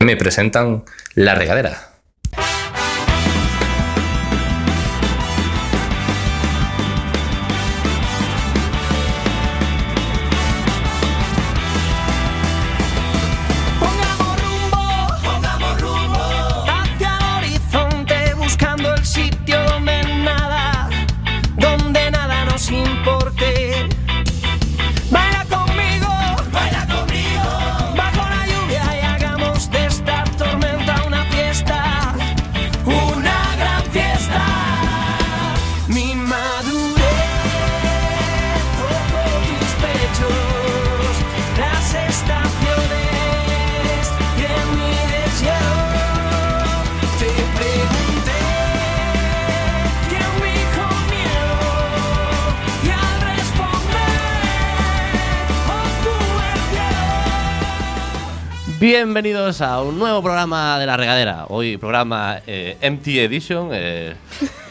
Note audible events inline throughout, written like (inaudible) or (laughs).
me presentan la regadera. Pongamos rumbo, pongamos rumbo hacia el horizonte buscando el sitio donde nada, donde nada nos importe. Baila conmigo, baila conmigo bajo la lluvia y hagamos de esta tormenta una fiesta, una gran fiesta. Mi madurez toco tus pechos, las estaciones y en mi deseo te pregunté quién me dijo miedo y al responder Bienvenidos a un nuevo programa de La Regadera. Hoy programa eh, Empty Edition. eh,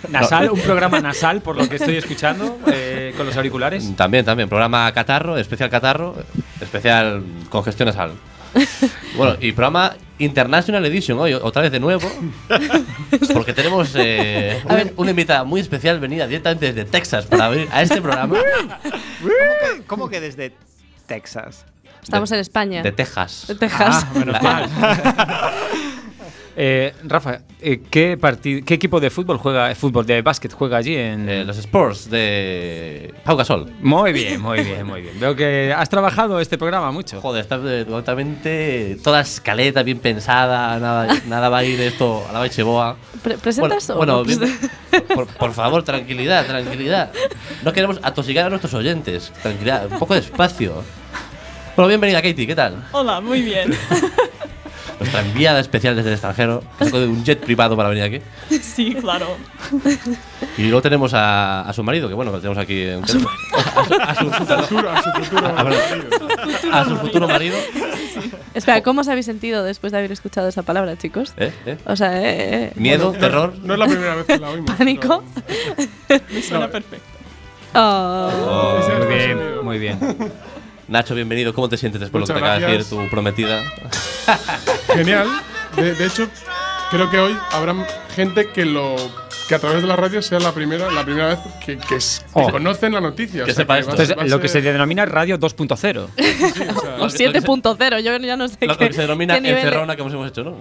Nasal, un programa nasal, por lo que estoy escuchando, eh, con los auriculares. también, también, programa Catarro, especial Catarro, especial congestión nasal. Bueno, y programa International Edition hoy, otra vez de nuevo, porque tenemos eh, una, una invitada muy especial venida directamente desde Texas para venir a este programa. ¿Cómo que desde Texas? Estamos De- en España. De Texas. De Texas. Ah, menos mal. Eh, Rafa, eh, ¿qué, partid- ¿qué equipo de fútbol juega, fútbol de básquet juega allí en...? Eh, los Sports de Pau Gasol. Muy bien, muy bien, muy bien. Veo que has trabajado este programa mucho. Joder, está eh, totalmente toda escaleta, bien pensada, nada, nada va a ir esto a la Baicheboa. (laughs) Pre- ¿Presentas o bueno, no? bien- (laughs) por, por favor, tranquilidad, tranquilidad. No queremos atosigar a nuestros oyentes. Tranquilidad, un poco de espacio. Bueno, bienvenida, Katie, ¿qué tal? Hola, muy bien. Nuestra enviada especial desde el extranjero, que sacó de un jet privado para venir aquí. Sí, claro. Y luego tenemos a, a su marido, que bueno, lo tenemos aquí. en- A su, (laughs) Ah, a su futuro marido. (laughs) Espera, ¿cómo os habéis sentido después de haber escuchado esa palabra, chicos? ¿Eh? ¿Eh? O sea, eh, eh, Miedo, terror. No es la primera vez que la oímos. (laughs) pánico. Me suena perfecto. Oh. Muy bien, muy bien. Nacho, bienvenido. ¿Cómo te sientes después de lo que te Muchas acaba de decir gracias. (laughs) tu prometida? pero Genial. De, de hecho, creo que hoy habrá gente que lo que a través de la radio sea la primera, la primera vez que, que s- que Oh. conocen la noticia. Que O sea, sepa va- esto. va a Entonces, lo que se ser- denomina radio 2.0. O 7.0, yo ya no sé Lo qué. que se denomina qué nivel- encerrona que hemos hemos (laughs) hecho, ¿no?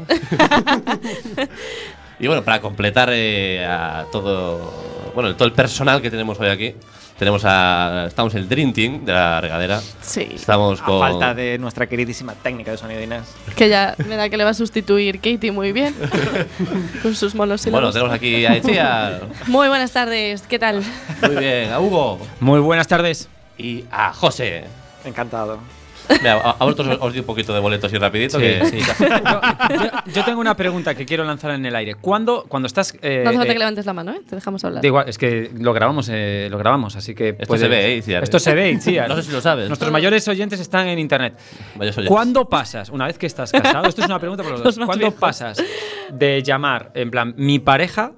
y bueno, para completar eh, a todo, bueno, todo el personal que tenemos hoy aquí, tenemos a, estamos en el Dream Team de la regadera. Sí, Estamos A con falta de nuestra queridísima técnica de sonido Inés. que ya me da que le va a sustituir Katie muy (laughs) bien. con sus bueno, monosílabos. tenemos aquí a Etiar, muy buenas tardes, ¿qué tal? Eh, muy bien, a Hugo Muy buenas tardes. y a José. Encantado. Mira, a, a vosotros os, os doy un poquito de boletos y rapidito. que- Yo, yo- yo tengo una pregunta que quiero lanzar en el aire. ¿Cuándo, cuando estás... eh, No hace falta eh, que levantes la mano, ¿eh? Te dejamos hablar. Da igual, es que lo grabamos, eh, lo grabamos, así que... Esto se ve, eh, Itziar. Esto se ve, (laughs) Itziar. No sé si lo sabes. Pues Nuestros mayores oyentes están en internet. Vaya soy yo. ¿Cuándo pasas, una vez que estás casado, esto es una (laughs) pregunta para los dos, Los más ¿cuándo viejos. pasas de llamar, en plan, mi pareja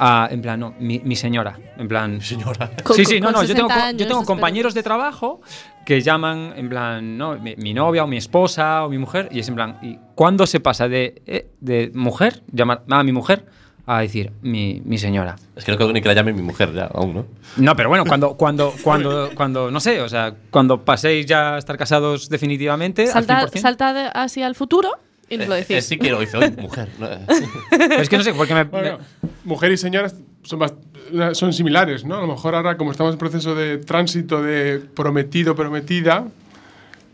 a, en plan, no, mi, mi señora, en plan... Señora. Con- sí, sí, con- no, con no, yo tengo, 60 co- años, yo tengo espero. compañeros de trabajo que llaman, en plan, no, mi, mi novia o mi esposa o mi mujer, y es en plan, ¿y cuándo se pasa de, eh, de mujer, llamar a mi mujer, a decir, mi, mi señora? Es que no creo ni que la llame mi mujer ya, aún, ¿no? No, pero bueno, cuando, cuando, cuando, cuando, no sé, o sea, cuando paséis ya a estar casados definitivamente. al Salta, 100%. salta de- hacia el futuro y nos lo Eh, eh, decís. sí quiero, dice, "Oye, (laughs) mujer. ¿no? eh, Pero es que no sé, porque me. Bueno, me- mujer y señoras son, bast- son similares, ¿no? A lo mejor ahora, como estamos en proceso de tránsito de prometido, prometida,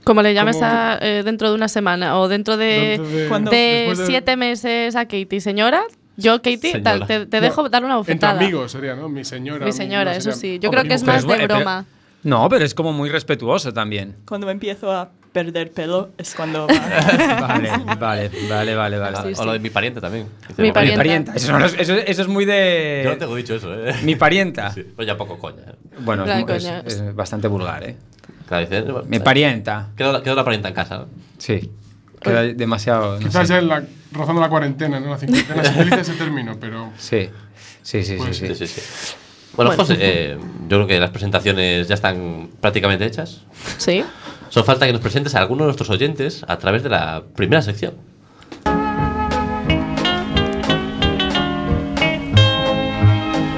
Como le llames Como- a, eh, dentro de una semana o dentro de, Dentro de- Eh, de Después de- siete meses a Katie, señora, yo, Katie, tal, Señora. te, te dejo No, dar una entre bofetada. amigos sería, ¿no? Mi señora. Mi señora, no, eso sería- sí. Yo o creo mi que es mujer. más Pero de es bu- eh, pero- broma. no, pero es como muy respetuoso (laughs) también. Cuando empiezo a perder pelo es cuando va. Vale, vale, vale, vale, vale. Sí, o lo de mi pariente también. Dice, Mi "Bueno, pariente. Parienta, eso, no es, eso- eso es muy Yo no de. tengo dicho eso, ¿eh? (laughs) Mi parienta. Sí, pues ya poco coña. Bueno, es, Claro, mu- es- coño. es bastante vulgar, ¿eh? Claro, dice, "Bueno, Mi parienta. Quedó la, quedó la parienta en casa. Sí. Queda Pues demasiado. no Quizás sé. ya en la- rozando la cuarentena, ¿no? La cincuentena. Se utiliza ese término, pero. Sí. Sí, sí, sí, Pues sí. Sí, sí, sí. Bueno, José, eh, yo creo que las presentaciones ya están prácticamente hechas. Sí. Solo falta que nos presentes a alguno de nuestros oyentes a través de la primera sección.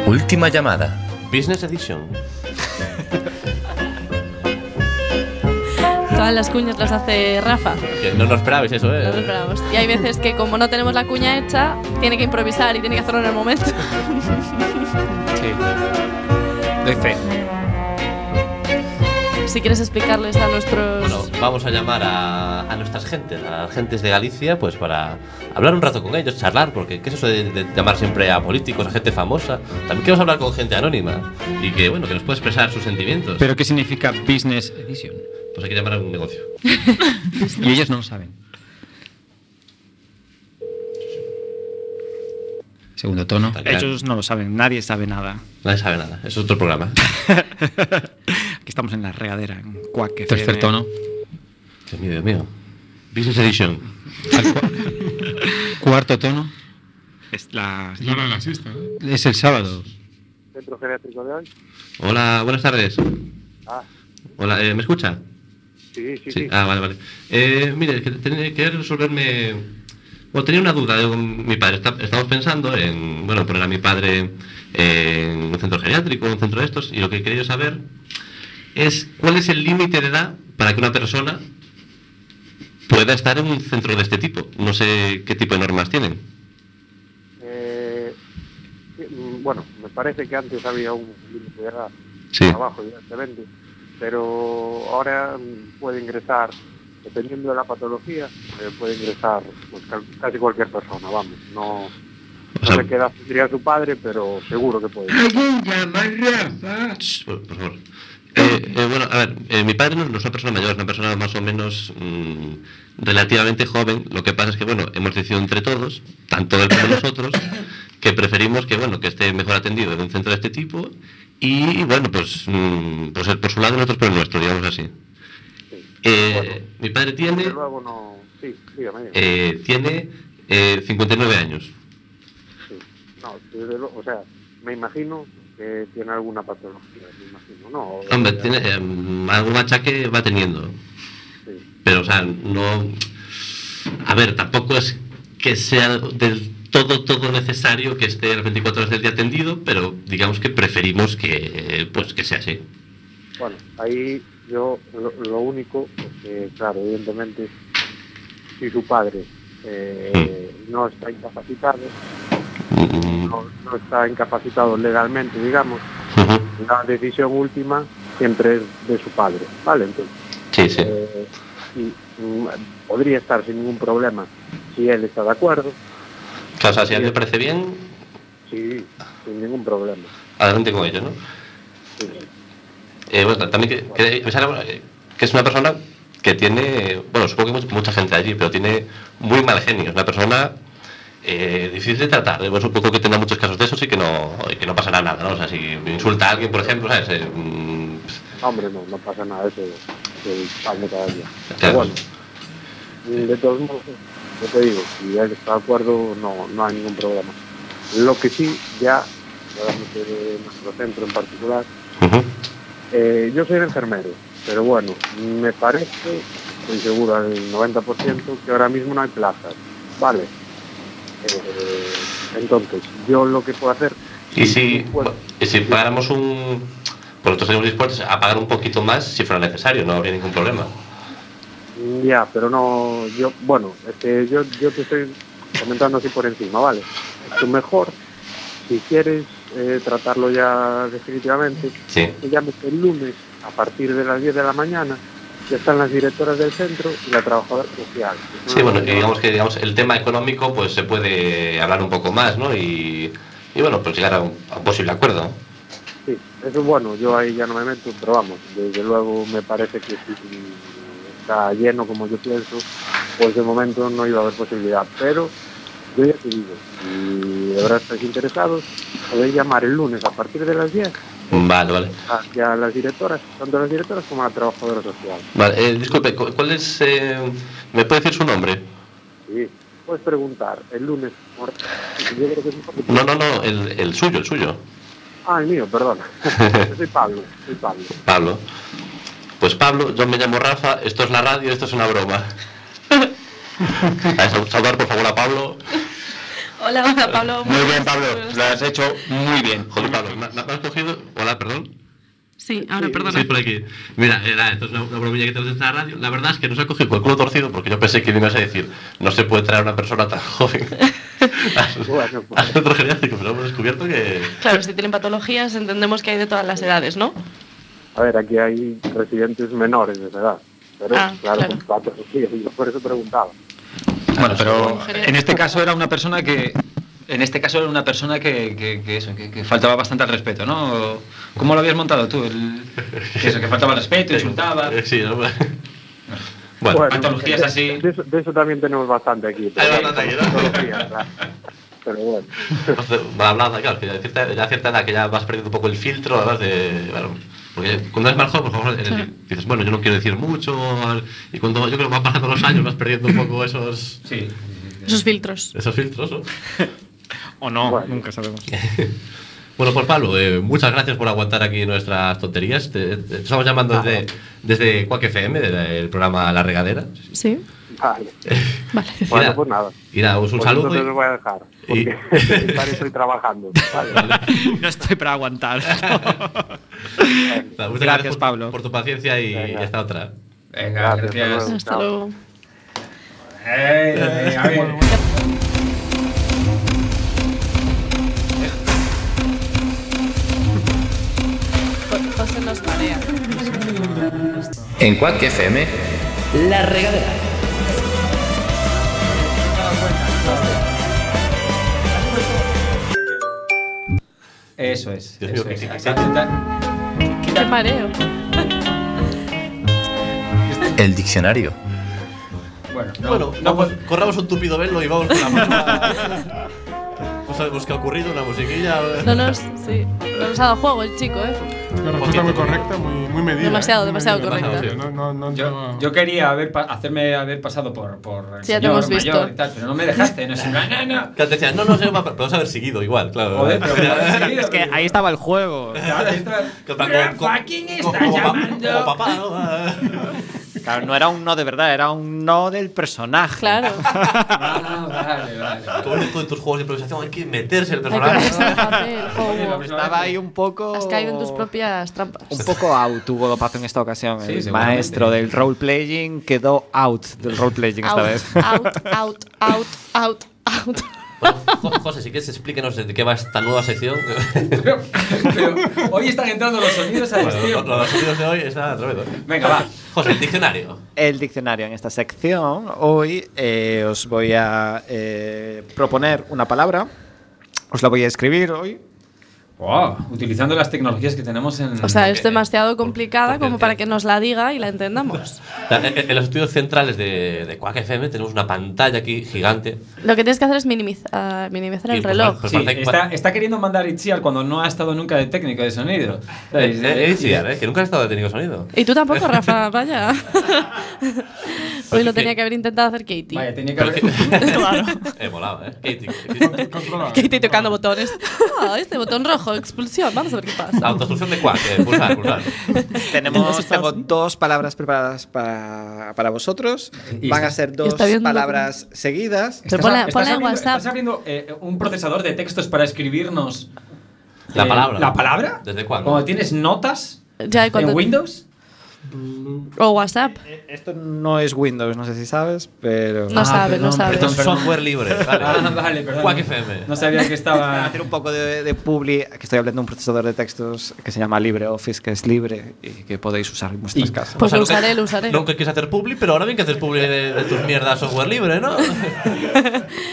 Última llamada. Business Edition. Todas las cuñas las hace Rafa. Que no nos esperabais eso, No lo ¿eh? esperábamos. Y hay veces que como no tenemos la cuña hecha, tiene que improvisar y tiene que hacerlo en el momento. (laughs) Sí. Doy fe. si quieres explicarles a nuestros... Bueno, vamos a llamar a, a nuestras gentes, a las gentes de Galicia, pues para hablar un rato con ellos, charlar, porque ¿qué es eso de, de llamar siempre a políticos, a gente famosa? También queremos hablar con gente anónima y que, bueno, que nos puede expresar sus sentimientos. ¿Pero qué significa Business Edition? pues hay que llamar a un negocio. Y ellos no lo saben. Segundo tono. Tal cual. Ellos no lo saben, nadie sabe nada. Nadie sabe nada, es otro programa. Aquí estamos en la regadera, en Cuac Tercer FM. tono. Dios mío, Dios mío. Business Edition. Cuarto tono. Es la... Es la hora de la siesta, ¿eh? Es el sábado. Centro Geriátrico de hoy. Hola, buenas tardes. Ah, Hola, eh, ¿me escucha? sí, sí, sí. Ah, vale, vale. Eh, mire, que tenía que resolverme. Bueno, tenía una duda yo con mi padre. Está- estamos pensando en bueno poner a mi padre en un centro geriátrico, un centro de estos, y lo que quería yo saber es cuál es el límite de edad para que una persona pueda estar en un centro de este tipo. No sé qué tipo de normas tienen. Eh, mm, bueno, me parece que antes había un límite de edad Sí. abajo, evidentemente, pero ahora mm, puede ingresar, dependiendo de la patología, eh, puede ingresar pues, cal- casi cualquier persona, vamos. No, O no sea, sé qué edad tendría su padre, pero seguro que puede. Shh, Por, por favor. Eh, eh, bueno, a ver, eh, mi padre no, no es una persona mayor, es una persona más o menos mm, relativamente joven. Lo que pasa es que, bueno, hemos decidido entre todos, tanto él como nosotros, que preferimos que, bueno, que esté mejor atendido en un centro de este tipo y, bueno, pues, mm, pues él por su lado, nosotros por el nuestro, digamos así. Eh, Bueno. mi padre Desde tiene, luego no... Sí, dígame. dígame. eh, tiene eh, 59 años. Sí. No, desde luego, o sea, me imagino que tiene alguna patología, me imagino, ¿no? O- Hombre, o- tiene, eh, algún achaque va teniendo. sí. Pero, o sea, no. A ver, tampoco es que sea del todo, todo necesario que esté las 24 horas del día atendido, pero digamos que preferimos que, pues, que sea así. Bueno, ahí yo lo, lo único, porque claro, evidentemente, si su padre eh, no está incapacitado, Mm, no, no está incapacitado legalmente, digamos, ujú. la decisión última siempre es de su padre, ¿vale? Entonces, Sí, sí. eh, y, mm, podría estar sin ningún problema si él está de acuerdo, O sea, si a él le parece bien, sí, sin ningún problema. adelante con ello, ¿no? Sí, sí. Eh, bueno, también que, que- me sale, bueno, eh, que es una persona que tiene, bueno, supongo que mu- mucha gente allí, pero tiene muy mal genio. Es una persona eh, difícil de tratar. Eh, Bueno, supongo que tendrá muchos casos de esos y que no, y que no pasará nada, ¿no? O sea, si insulta a alguien, por ejemplo, ¿sabes? Eh, mm, Hombre, no, no pasa nada, eso se calme cada día. Pero Claro. bueno, de todos modos, yo te digo, si él está de acuerdo, no, no hay ningún problema. Lo que sí, ya, hablamos de nuestro centro en particular, ujú. eh, yo soy el enfermero, pero bueno, me parece, estoy seguro al 90%, que ahora mismo no hay plazas, ¿vale? Eh, entonces, yo lo que puedo hacer... pues, Y si, Bueno, y si pagáramos un... Pues nosotros estamos dispuestos a pagar un poquito más si fuera necesario, no habría ningún problema. Mm, Ya, pero no, yo, bueno, este, yo, yo te estoy comentando así por encima, ¿vale? Lo mejor, si quieres eh, tratarlo ya definitivamente, Sí. que llames el lunes a partir de las 10 de la mañana, ya están las directoras del centro y la trabajadora social. Sí, bueno, que digamos que digamos, el tema económico pues se puede hablar un poco más, ¿no? Y, y bueno, pues llegar a un, a un posible acuerdo. Sí, eso es bueno, yo ahí ya no me meto, pero vamos, desde luego me parece que si está lleno como yo pienso, pues de momento no iba a haber posibilidad. Pero yo ya te digo, si de verdad estáis interesados, podéis llamar el lunes a partir de las 10 Vale, vale. hacia las directoras, tanto las directoras como la trabajadora social. vale eh, disculpe, cu- ¿cuál es... eh, ¿Me puede decir su nombre? Sí, puedes preguntar el lunes, por- yo creo que es mejor que- No, no, no, el, el suyo, el suyo. Ah, el mío, perdón. Yo soy Pablo, soy Pablo. Pablo. Pues Pablo, yo me llamo Rafa, esto es la radio, (laughs) esto es una broma. A sal- saludar por favor a Pablo. Hola, hola, Pablo. Muy bien, Pablo. Lo has hecho muy bien. Joder, Pablo, ¿me, me has cogido? Hola, perdón. Sí, ahora, perdona. Sí, Ah, por aquí. Mira, era, esto es una, una bromilla que tenemos en esta radio. La verdad es que nos ha cogido con el culo torcido porque yo pensé que me ibas a decir, no se puede traer a una persona tan (laughs) joven Bueno, a (laughs) centro geriátrico, pero hemos descubierto que... Claro, si tienen patologías, entendemos que hay de todas las edades, ¿no? A ver, aquí hay residentes menores de edad. Pero, Ah, claro, claro. con patologías, y yo por eso preguntaba. Bueno, pero en este caso era una persona que. En este caso era una persona que, que- que eso, que, que faltaba bastante al respeto, ¿no? ¿Cómo lo habías montado tú? El- que eso, que faltaba al respeto, insultaba. Eh, Sí, ¿no? (laughs) Bueno, patologías de- así. De eso, de eso también tenemos bastante aquí. Pero, patologías, claro. Pero bueno. mal hablada, claro, que ya a cierta, ya a cierta edad que ya vas perdiendo un poco el filtro, además de... Bueno, porque cuando eres más joven, pues, por favor, dices, bueno, yo no quiero decir mucho, y cuando yo creo que van pasando los años vas perdiendo un poco esos... Sí. Esos filtros. Esos filtros, ¿no? o no, nunca (laughs) sabemos. Bueno, pues Pablo, eh, muchas gracias por aguantar aquí nuestras tonterías. Te, te estamos llamando desde, desde Quack FM, desde el programa La Regadera. Sí. (laughs) Vale. Mira, Bueno, pues nada. Y nada, os un Pues saludo. entonces y- lo voy a dejar. y- Porque (laughs) para estoy trabajando. Vale. No estoy para (laughs) aguantar. Nada, muchas Gracias, por, Pablo. Por tu paciencia y, y hasta otra. Venga, Ah, Gracias, hasta gracias. luego. Hasta luego. Pásenos tarea. En Quack FM, La regadera. Eso es. Dios eso mío, es. que- que- Está- está- Qué mareo. el diccionario. Bueno, no, bueno, no, pues- vamos- corramos un tupido velo y vamos con (laughs) la música. No sabemos pues, qué ha ocurrido, una musiquilla. No nos, sí, no nos ha dado juego el chico, ¿eh? La respuesta muy correcta, muy, muy medida. Demasiado, ¿eh? Muy demasiado medida, correcta. demasiado, No, no, no yo, entraba- yo quería haber pa- hacerme haber pasado por, por el Sí, ya te señor hemos visto. mayor y tal, pero no me dejaste. No, es en plan, no, no. Que antes decían, no, no, sé, va- podemos haber seguido igual, claro. (laughs) Joder, pero me has seguido, Es que pero- ahí estaba el juego. Claro, esto- Como- como- Pero como- fucking como- está como pa- llamando. como papá, ¿no? (laughs) Claro, no era un no de verdad, era un no del personaje. Claro. Ah, vale, vale, vale. Como en tu- en tus juegos de improvisación hay que meterse en el Hay que personaje. ponerse en (laughs) papel, juego. (laughs) Estaba ahí un poco. Has caído en tus propias trampas. Un poco out hubo do Pazo en esta ocasión. Sí, el seguramente. maestro del role-playing quedó out del role-playing esta out, vez. out, out, out, out, (laughs) out. Bueno, Jo- José, si quieres explíquenos de qué va esta nueva sección. (laughs) Pero, pero hoy están entrando los sonidos a Bueno, destiempo. lo- lo- los sonidos de hoy están tremendo. Venga, va. José, el diccionario. El diccionario en esta sección. Hoy eh, os voy a eh, proponer una palabra. Os la voy a (laughs) escribir hoy. Wow, utilizando las tecnologías que tenemos en. O sea, es demasiado complicada Porque- como para que nos la diga y la entendamos. En, en- en los estudios centrales de, de Quack FM tenemos una pantalla aquí gigante. Lo que tienes que hacer es minimizar, minimizar Y el pues, reloj. pues, Sí, parece que- está, está queriendo mandar Itziar cuando no ha estado nunca de técnico de sonido. ¿Sabes? Eh, eh, sí, eh, que nunca has estado detenido sonido. Y tú tampoco, (laughs) Rafa, vaya. (laughs) Hoy lo que- tenía que haber intentado hacer Katie. Vaya, tenía que (laughs) Pero haber. (laughs) que- Eh, molaba, eh. Katie, Katie. Controla. (laughs) Katie tocando botones. (laughs) Ah, este botón rojo, expulsión. Vamos a ver qué pasa. Autoinstrucción de Quack, eh, pulsar, pulsar. Tenemos, tengo dos palabras preparadas para, para vosotros. Y Van a está- ser y dos está viendo palabras seguidas. Pero ponla- estás ponla en abriendo- WhatsApp. Estás abriendo eh, un procesador de textos para escribirnos. La eh, palabra. ¿La palabra? ¿Desde cuándo? Cuando tienes notas Ya Eh, cuando- en Windows. O WhatsApp. Eh, Esto no es Windows, no sé si sabes, pero... No Ah, sabe, no perdón, sabe. Esto es Perdón. software libre. Vale, Ah, vale, perdón. Quack no- FM. No sabía que estaba. hacer un poco de, de publi, que estoy hablando de un procesador de textos que se llama LibreOffice, que es libre y que podéis usar en vuestras casas. Pues lo nunca- usaré, lo usaré. Nunca quieres hacer publi, pero ahora bien que haces publi de, de tus mierdas software libre, ¿no?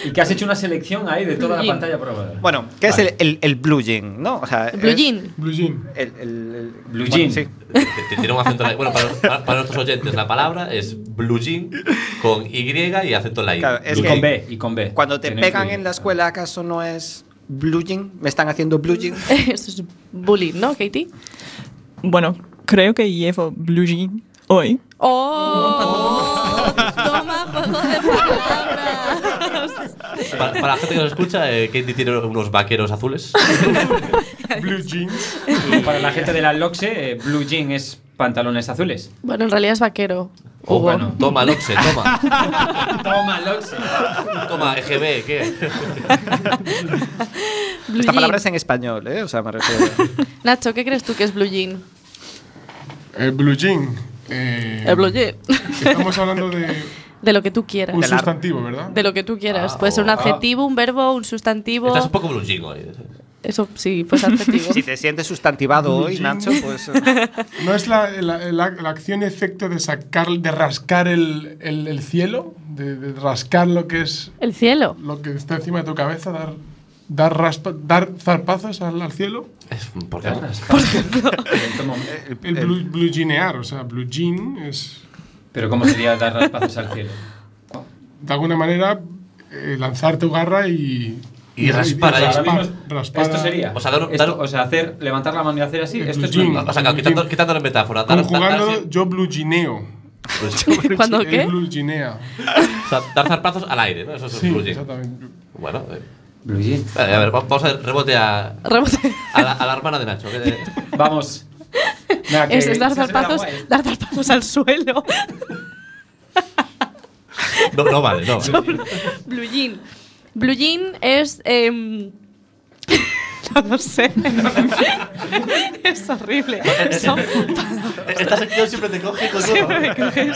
Y que has hecho una selección ahí de toda la Plugin. pantalla probada. Bueno, ¿qué es el, el, el blue jean, no? O sea, Blue es Jean. Blue Jean. El, el- el- Blue bueno, jean. sí. Te- te- Tiene un acento. en la- Bueno, para, para- para nuestros oyentes, la palabra es blue jean con Y y acento en la I. Claro, es y que- con B, y con B. Cuando te Que no pegan influye. (laughs) en la escuela, ¿acaso no es blue jean? ¿Me están haciendo blue jean? (laughs) Eso es bullying, ¿no, Katie? Bueno, creo que llevo blue jean hoy. ¡Oh! Toma juego de (laughs) palabras. Para, para la gente que nos escucha, eh, Katie tiene unos vaqueros azules. Blue Jeans. Para la gente de la LOXE, eh, Blue Jean es pantalones azules. Bueno, en realidad es vaquero. (laughs) Oh, bueno. Toma, Loxe, toma. (laughs) Toma, Loxe. Toma, EGB, ¿qué? Blue Esta palabra jean. es en español, ¿eh? O sea, me refiero. (laughs) Nacho, ¿qué crees tú que es blue jean? El blue jean. eh, El blue jean. Estamos hablando de (laughs) De lo que tú quieras. un sustantivo, ¿verdad? De lo que tú quieras. Puede ser un ah. adjetivo, un verbo, un sustantivo. Estás un poco blue hoy. Eso sí, pues adjetivo. (laughs) si te sientes sustantivado Blue hoy, jean. Nacho, pues. ¿No es la, la- la- la acción y efecto de sacar, de rascar el, el- el cielo? De, de rascar lo que es. ¿El cielo? Lo que está encima de tu cabeza, dar, dar, raspa- dar zarpazos al, al cielo. ¿Por qué? (laughs) este El el- blue, blue jeanear, o sea, blue jean es. Pero ¿cómo sería dar raspazos al cielo? De alguna manera, eh, lanzar tu garra y. Y raspar ahí. Ahora mismo, raspar esto a- sería. O sea, dar un- dar un- o sea, hacer, levantar la mano y hacer así. El Esto es Eh, blue un- jean. o sea, claro, quitando, quitando la metáfora. Dar, dar, Conjugándolo, dar- yo blue jeaneo. (laughs) ¿Cuándo Él (laughs) qué? blue jeanea. o sea, dar zarpazos al aire, ¿no? Eso es Sí, blue jean. exactamente. Bueno. eh. Vale, a ver, va- vamos a ver, rebote a. Rebote. A la, a la hermana de Nacho. (laughs) Vamos. Es, es dar zarpazos, dar zarpazos al suelo. No, no vale, no. Blue jean. Blue jean es. em, (laughs) no lo sé. (laughs) es horrible. Son (laughs) Esta sección siempre te coge con Siempre me coges.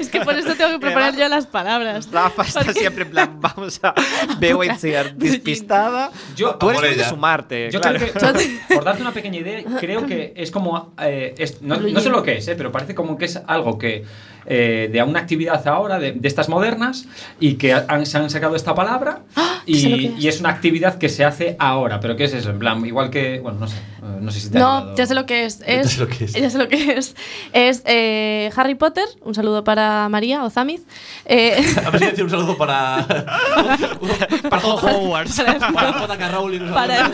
Es que por eso tengo que preparar yo las palabras. Rafa está siempre en plan, vamos a. Veo a ser despistada. Yo- tú eres Amor, muy de ella. sumarte. Yo Eh, claro. creo (laughs) que, por darte una pequeña idea, creo que es como. eh, es- no, no sé lo que es, eh, pero parece como que es algo que. eh, de una actividad ahora, de, de estas modernas, y que han- se han sacado esta (gasps) palabra. que sé lo Y, que ¡Ah! es. y es una actividad que se hace ahora. ¿Pero qué es eso? En plan, igual que. Bueno, no sé. eh, No sé si te ha No, ayudado. ya sé lo que es. es sé lo que es. Ya sé lo que es. Es eh, Harry Potter. Un saludo para María Ozamiz. Eh, (laughs) A ver si decir un saludo para. (laughs) para Hogwarts. Para J.K. Rowling. un saludo. para,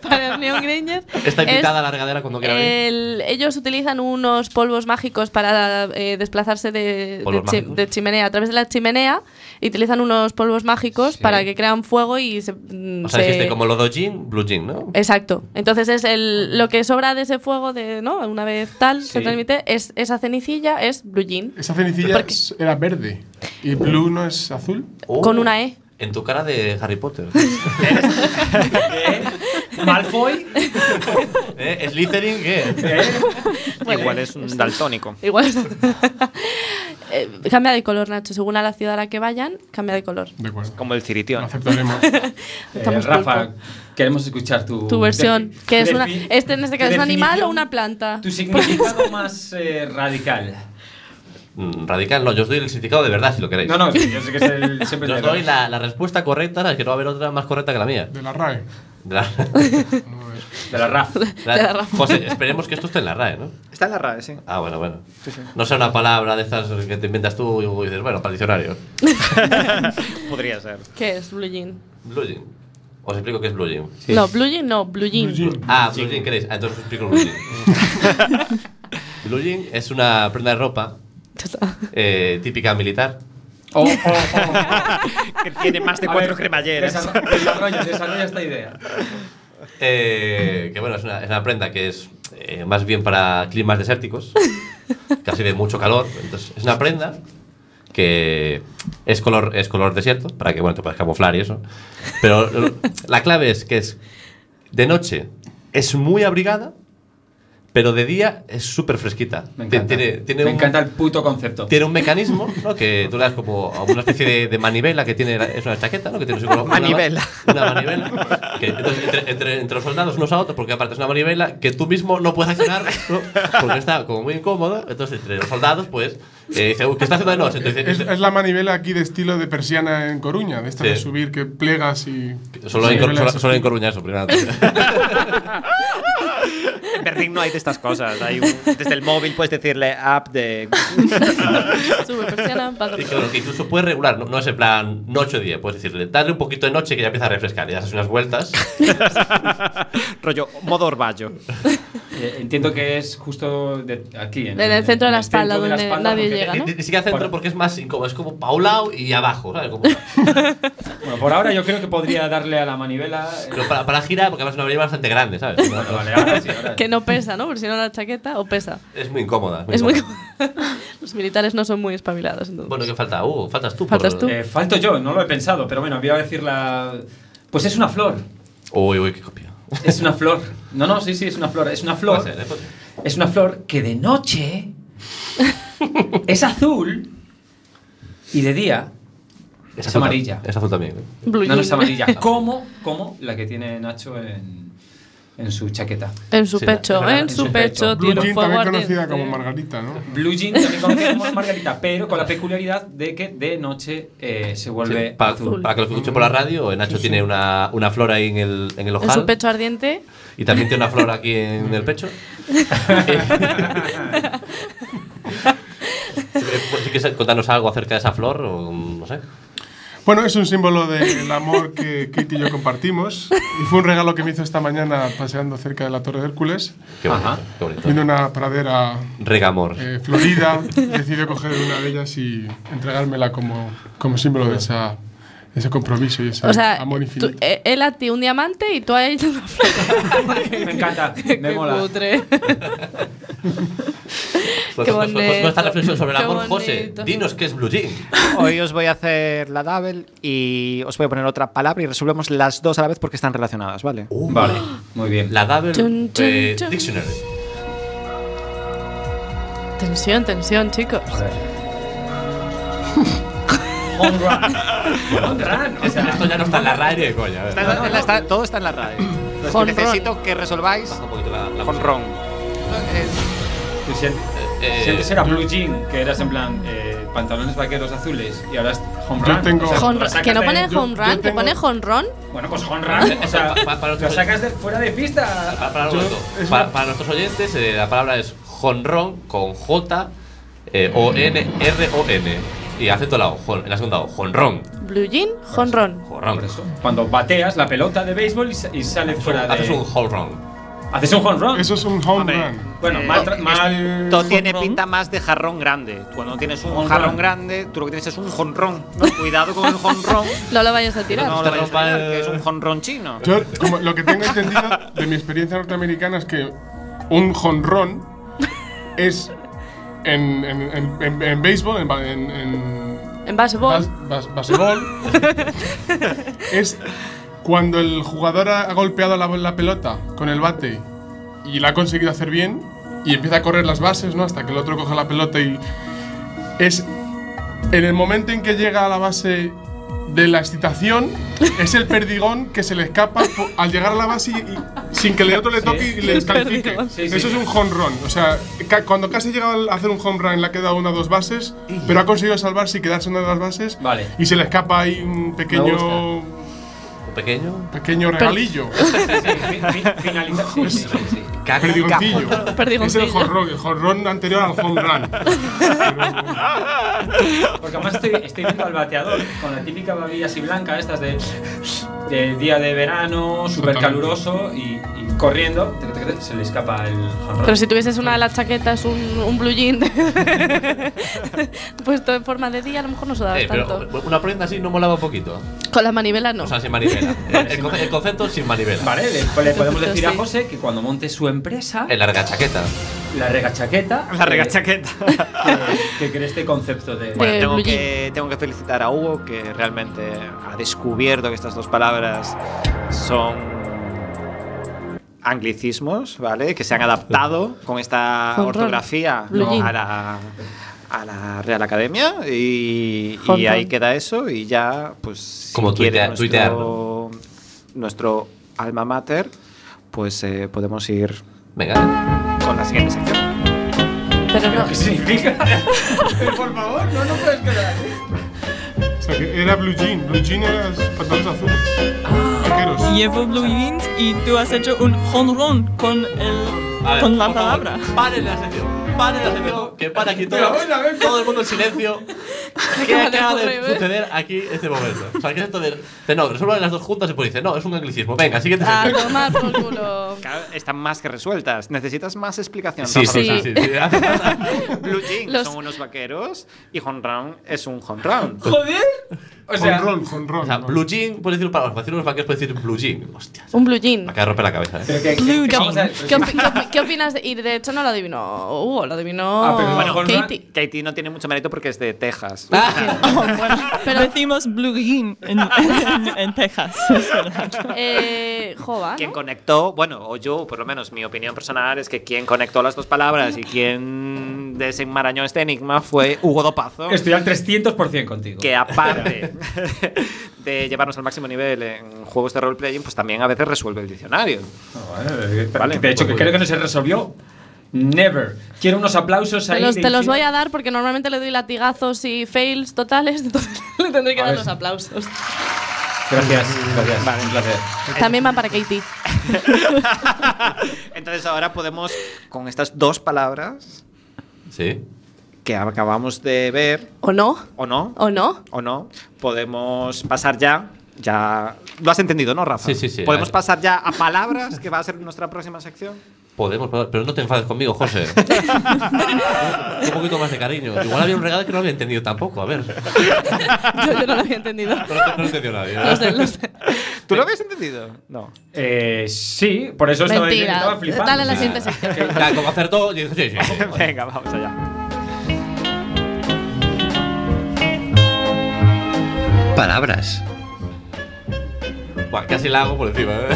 (laughs) para Neon Granger. Está es- eh, invitada a la regadera cuando quiera venir. El- ellos utilizan unos polvos mágicos para eh, desplazarse de, de, ¿Polvos chi- mágicos? de chimenea a través de la chimenea y utilizan unos polvos mágicos para que crean fuego y se, mm, O sea, se- dijiste como lo de jean, blue jean, ¿no? Exacto. Entonces es el, lo que sobra de ese fuego de no una vez tal se Sí. transmite es esa cenicilla es blue (laughs) jean Esa cenicilla es- era verde. ¿Y blue no es azul? con una e. Oh, En tu cara de (laughs) Harry Potter. Malfoy. ¿Eh? ¿Slytherin qué? Igual es un daltónico. Igual. es- (laughs) Eh, cambia de color Nacho según a la ciudad a la que vayan cambia de color. De acuerdo. Como el ciritión. aceptaremos. Eh, Estamos Rafa, queremos escuchar tu. Tu versión defi- que es una defi- este en este caso es un animal o una planta. Tu (laughs) significado más eh, radical. Mm, Radical, no, yo os doy el significado de verdad si lo queréis. No, no, sí, yo sé que es el- siempre Yo el os de doy verdad. la, la respuesta correcta, la que no va a haber otra más correcta que la mía. De la RAE. (laughs) De la, de la RAF. De la RAF. José, esperemos que esto esté en la RAE, ¿no? Está en la RAE, sí. Ah, bueno, bueno. Sí, sí. No sea una palabra de estas que te inventas tú y dices, bueno, para el diccionario. Podría ser. ¿Qué es blue jean? Blue jean. Os explico qué es blue jean. No, blue jean no, blue jean. Ah, blue jean queréis. Ah, entonces os explico blue jean. blue jean es una prenda de ropa eh, típica militar. O- o- Que tiene más de A cuatro ver, cremalleras. desarro- Desarrolla, desarrolla esta idea. Eh, que bueno, es una, es una prenda que es eh, más bien para climas desérticos, casi de mucho calor. Entonces, es una prenda que es color, es color desierto, para que bueno, te puedas camuflar y eso. Pero lo- la clave es que es de noche es muy abrigada, pero de día es súper fresquita. Me Ti- encanta. Tiene, tiene Me un, encanta el puto concepto. tiene un mecanismo ¿no? que tú le das como a una especie de, de manivela que tiene, la- es una chaqueta, ¿no? Que tiene su color- una- Manivela. Una manivela. que entonces, entre, entre- entre los soldados unos a otros, porque aparte es una manivela que tú mismo no puedes accionar, ¿no? porque está como muy incómodo. Entonces, entre los soldados, pues, eh, dice, "Uy, ¿qué está haciendo de noche? Entonces, Es, dice, es la manivela aquí de estilo de persiana en Coruña, de esta Sí. de subir que plegas y. solo, en, Cor- manivela solo- solo en Coruña eso, primero. (laughs) En Berlín no hay de estas cosas. Hay un- desde el móvil puedes decirle app de. (laughs) Sube persiana, baja Y claro, que incluso puedes regular, no, no es en plan noche o día, puedes decirle, dale un poquito de noche que ya empieza a refrescar, y das unas vueltas. rollo modo orballo. Eh, entiendo que es justo de aquí. En el centro de la espalda, centro de la donde espalda, nadie porque- llega, ¿no? Ni, ni siquiera centro porque es más incómodo, es como pa' un lado y abajo, ¿sabes? Como- Bueno, por ahora yo creo que podría darle a la manivela. eh, pero para, para girar, porque además es una manivela bastante grande, (laughs) ¿sabes? ahora sí, Que no pesa, ¿no? Porque si no la chaqueta o pesa. Es muy incómoda. Es muy (laughs) Los militares no son muy espabilados, entonces. Bueno, que falta, uh, faltas tú. Faltas tú. Eh, falto yo, no lo he pensado, pero bueno, voy a decirla. Pues es una flor. Uy, uy, qué copia. Es una flor. No, no, sí, sí, es una flor. Es una flor. Puede ser, ¿eh? Puede ser. Es una flor que de (laughs) noche es azul y de día es, azul amarilla. tam- Es azul también. ¿eh? No, no es Blue amarilla. jean. Como, como la que tiene Nacho en, en su chaqueta. En su pecho, ¿verdad? en su pecho Blue tiene un Jean fuego también ardiente. conocida como Margarita, ¿no? Blue Jean también conocida (laughs) como Margarita, pero con la peculiaridad de que de noche eh, se vuelve Sí, pa- azul. Para que lo escuchen por la radio, eh, Nacho tiene una, una flor ahí en el, en el En su ojal pecho ardiente. y también tiene una flor aquí en (laughs) el pecho. (laughs) Si quieres contarnos algo acerca de esa flor, o no sé. Bueno, es un símbolo del amor que Kate y yo compartimos. Y fue un regalo que me hizo esta mañana paseando cerca de la Torre de Hércules. Qué bonito, qué bonito. Vino una pradera Regamor. eh, florida. Decidió coger una de ellas y entregármela como, como símbolo de esa, ese compromiso y ese O sea, amor tú- infinito. eh, él a ti un diamante y tú a él una flor. Me encanta, me Qué mola. putre. Pues, Qué pues, pues, pues, bonito. esta reflexión sobre el Qué amor, bonito. José, dinos qué es Blue Jean. Hoy os voy a hacer la double y os voy a poner otra palabra y resolvemos las dos a la vez porque están relacionadas, ¿vale? Vale, muy bien. La Double Chun, chun, eh, chun. Dictionary. Tensión, tensión, chicos. Home run. Home run. O sea, Esto ya no está en la radio de coña. a ver. Está en la- en la- está- todo está en la radio. Entonces, Jonrón. necesito que resolváis Baja un poquito la, la con ron. tú sientes- Eh, si antes era Blue Jean, que eras en plan eh, pantalones vaqueros azules, y ahora es Home Yo Run. tengo- o sea, Jonr- lo sacas que no de- pone yo- home yo run, que tengo- pone jonrón. Bueno, pues Home (laughs) Run. O sea, Pa- para lo los- sacas de, fuera de pista. Pa- para, un Yo- momento. es Pa- una- para nuestros oyentes, eh, la palabra es jonrón con J eh, O N R O N y acento la O, jon- en la segunda O, jonrón. Blue jean, jonrón. Por Jonrón. eso, cuando bateas la pelota de béisbol y, sa- y sale fuera de. Haces un jonrón. Haces un home run. Eso es un home Hombre. run. Bueno, Eh, mal. tra- es- mal Todo tiene home run. pinta más de jarrón grande. Tú Cuando tienes un Jonrón. jarrón grande, tú lo que tienes es un jonrón. ¿no? Cuidado con el jonrón. No lo vayas a tirar. No te lo vayas a rompa tirar, el- que es un jonrón chino. Yo, como lo que tengo entendido de mi experiencia norteamericana es que un jonrón es en, en, en, en- en béisbol, en, ba- en, en En baseball. bas- bas- baseball, es cuando el jugador ha ha golpeado la, la pelota con el bate y la ha conseguido hacer bien y empieza a correr las bases, ¿no? Hasta que el otro coge la pelota y es en el momento en que llega a la base de la excitación, es el perdigón que se le escapa po- al llegar a la base y, y- sin que el otro le toque y le descalifique. Sí, sí. Eso es un home run. O sea, ca- cuando casi llega a hacer un home run, le ha quedado una o dos bases, pero ha conseguido salvarse y quedarse en una de las bases. Vale. Y se le escapa ahí un pequeño, Un pequeño. pequeño (laughs) regalillo. Sí, fi- fi- finaliza- sí, sí, sí, sí. Caca. Perdigoncillo. Perdigoncillo. Es el home run, el home run anterior al home run. Porque además estoy, estoy viendo al bateador con la típica babilla así blanca, estas de, de día de verano, súper caluroso y, y corriendo, tec, tec, tec, se le escapa el home Pero run. si tuvieses una de las chaquetas, un, un blue jean (laughs) puesto en forma de día, a lo mejor no sudabas Eh, pero tanto. una prenda así no molaba un poquito. Con las manivelas no. O sea, sin manivela. el, el conce- el concepto sin manivela. Vale, le, le podemos decir a Sí. José que cuando monte su empresa, El larga chaqueta. la regachaqueta, La eh, regachaqueta. que, que cree este concepto de... (laughs) Bueno, Bueno, tengo Blue que, tengo que felicitar a Hugo que realmente ha descubierto que estas dos palabras son anglicismos, ¿vale? Que se han adaptado con esta Jonrón. ortografía Blue ¿no? Jean. a la, a la Real Academia y, y Jonrón. ahí queda eso y ya, pues, si Como quiere tuitea- nuestro, nuestro alma mater, pues eh, podemos ir Venga. con la siguiente sección. pero no. (laughs) ¿Qué significa? Por favor, no, no puedes quedar así. O sea, que era blue jean. Blue jean eran los pantalones azules. Vaqueros. Llevo blue jeans y tú has hecho un jonrón con, el, A ver, con la por favor, palabra. Paren la sección. pare la sección, que pare aquí todo. Pero bueno, a ver. Todo el mundo (laughs) en silencio. qué ¿Qué manera acaba de horrible. suceder aquí este momento? O sea, ¿qué es esto de.? de no, resuelvan las dos juntas y pues dice, no, es un anglicismo. Venga, siguiente Ah, A sección. tomar por culo. Claro, están más que resueltas. Necesitas más explicación. Sí, Rafa sí, Rosa. sí, sí, hace (laughs) Blue Jeans Los- son unos vaqueros y Home Run es un Home Run. ¡Joder! O sea- Jonrón, jonrón. O sea, blue jean, puedes decir para los vaqueros, los vaqueros puedes decir blue jean. Hostia, Un blue jean. me acaba de romper la cabeza, eh. Blue jean. ¿Qué, opi- qué opi- qué opinas? de- y de hecho no lo adivinó Hugo, lo adivinó Katie. Katie no tiene mucho mérito porque es de Texas. (laughs) Pero decimos Blue Jean en, en- en Texas. es verdad. Eh, Jova, Quien ¿no? conectó, bueno, o yo, por lo menos mi opinión personal es que quien conectó las dos palabras y quien desenmarañó este enigma fue Hugo Dopazo. Estoy al 300% contigo. que aparte (laughs) de llevarnos al máximo nivel en juegos de role-playing, pues también a veces resuelve el diccionario. (laughs) Vale, de hecho, que pues- creo que no se resolvió. Never. Quiero unos aplausos Te ahí. los, de te los voy izquierda. a dar porque normalmente le doy latigazos y fails totales, (laughs) entonces le tendré que A dar ver. los aplausos. Gracias, gracias. Vale, un placer. También van para Katie. Entonces ahora podemos, con estas dos palabras Sí. que acabamos de ver, ¿O no? o no, ¿O no? (laughs) o no, podemos pasar ya. Ya lo has entendido, ¿no, Rafa? Sí, sí, sí. Podemos Ah. pasar ya a palabras, que va a ser nuestra próxima sección. Podemos, podemos, pero no te enfades conmigo, (laughs) José. un poquito más de cariño. Igual había un regalo que no había entendido tampoco, a ver. No, Yo, yo no lo había entendido. no lo entendió nadie. ¿eh? Lo sé, lo sé. ¿Tú lo habías entendido? No. (laughs) Eh, sí, por eso estaba, Mentira. estaba flipando. Dale a la Sí. siguiente sección. Ya, como acertó, yo dije, sí, sí. sí. (laughs) Venga, vamos allá. Palabras. Buah, casi la hago por encima, ¿eh?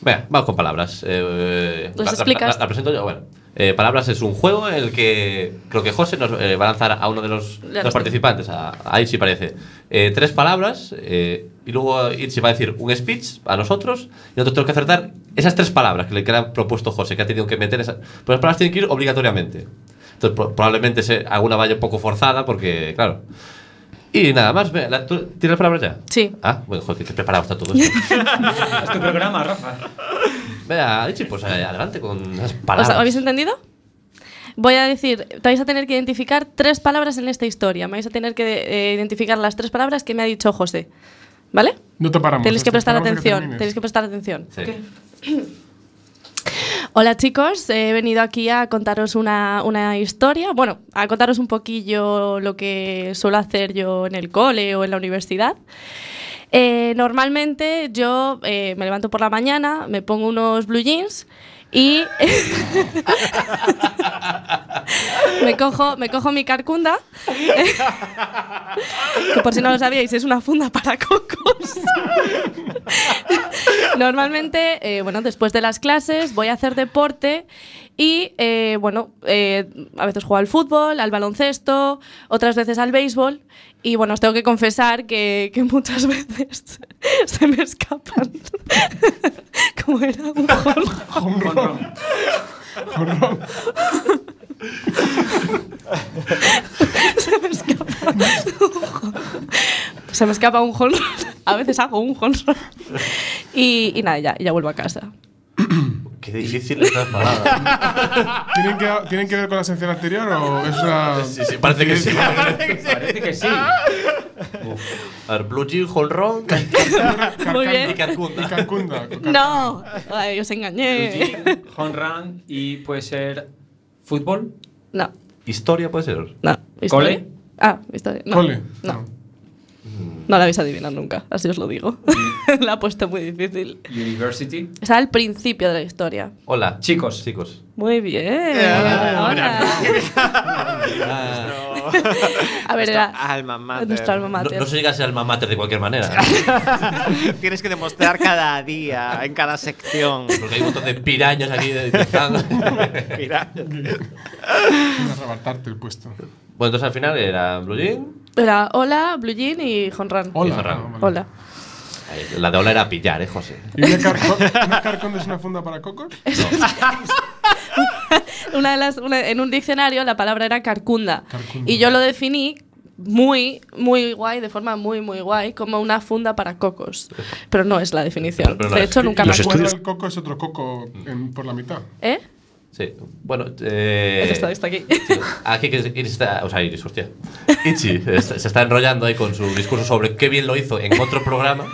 Venga, vamos con palabras. Eh, ¿Los la- la- explicas? La, la presento yo. Bueno, Eh, palabras es un juego en el que creo que José nos eh, va a lanzar a uno de los, Lanza. los participantes. a- ahí sí parece. Eh, tres palabras eh, y luego Itzi va a decir un speech a nosotros y nosotros tenemos que acertar esas tres palabras que le que le ha propuesto José, que ha tenido que meter. Esas, pues las palabras tienen que ir obligatoriamente. Entonces, pro- probablemente se- alguna vaya un poco forzada porque, claro. Y nada más, ve, la- ¿tú tienes las palabras ya? Sí. Ah, bueno, joder, que te preparado está todo esto. (laughs) Es tu programa, Rafa. Vea, Itzi, pues eh, adelante con las ¿Os- palabras. ¿Habéis entendido? Voy a decir, vais a tener que identificar tres palabras en esta historia. Me vais a tener que eh, identificar las tres palabras que me ha dicho José. ¿Vale? No te paramos. Tenéis que prestar este, esperamos atención. a termines. Tenéis que prestar atención. Sí. Hola chicos, he venido aquí a contaros una, una historia, bueno, a contaros un poquillo lo que suelo hacer yo en el cole o en la universidad. Eh, normalmente yo eh, me levanto por la mañana, me pongo unos blue jeans y (laughs) me, cojo, me cojo mi carcunda, (laughs) que por si no lo sabíais es una funda para cocos. Normalmente, eh, bueno, después de las clases voy a hacer deporte y, eh, bueno, eh, a veces juego al fútbol, al baloncesto, otras veces al béisbol y, bueno, os tengo que confesar que, que muchas (laughs) veces se me escapan. (laughs) Como era un gol. Jonrón. Jonrón. (laughs) se me escapa un jonrón. Se me escapa un jonrón. (laughs) A veces hago un jonrón. Y, y nada, ya, ya vuelvo a casa. Qué difícil estas palabras. ¿Tienen que, ¿Tienen que ver con la sección anterior o es una.? (laughs) Sí, sí, parece (laughs) que sí. Parece que sí. A ver, Blue Jean, Holron Muy bien. y Carcunda. (laughs) Calcunda. No, Ay, os engañé. Home run y puede ser fútbol. No, Historia puede ser. no. ¿Historia? ¿Cole? Ah, historia. No, Cole. No, no la habéis adivinado nunca, así os lo digo. (laughs) la ha puesto muy difícil. University. Está al principio de la historia. Hola. Chicos. Chicos. Muy bien. Eh, Ahora. (laughs) Ah, A ver, era Alma mater. nuestro alma no, mater. no se llega a ser alma mater de (laughs) cualquier manera. Tienes que demostrar cada día, en cada sección. (laughs) Porque hay un montón de pirañas aquí de, que están. bueno, (laughs) Mira. Sin arrebatarte el puesto. entonces al final era Blue Jean. Era hola, Blue Jean y Honran. Hola. Jonrón. Ah, vale. Hola. Ay, La de hola era pillar, eh, José. ¿Y una, carcon- (laughs) una carconda es una funda para cocos? Una de las, una- en un diccionario la palabra era carcunda. Carcunda. Y yo lo definí muy, muy guay, de forma muy, muy guay, como una funda para cocos. Pero no es la definición. Pero- pero de no, hecho, es- nunca me Los acuerdo. El coco es otro coco en- por la mitad. ¿Eh? Sí, bueno. Eh, Este está- está aquí. sí, Aquí que Iris está. O sea, Iris, hostia. Ichi está- se está enrollando ahí con su discurso sobre qué bien lo hizo en otro programa.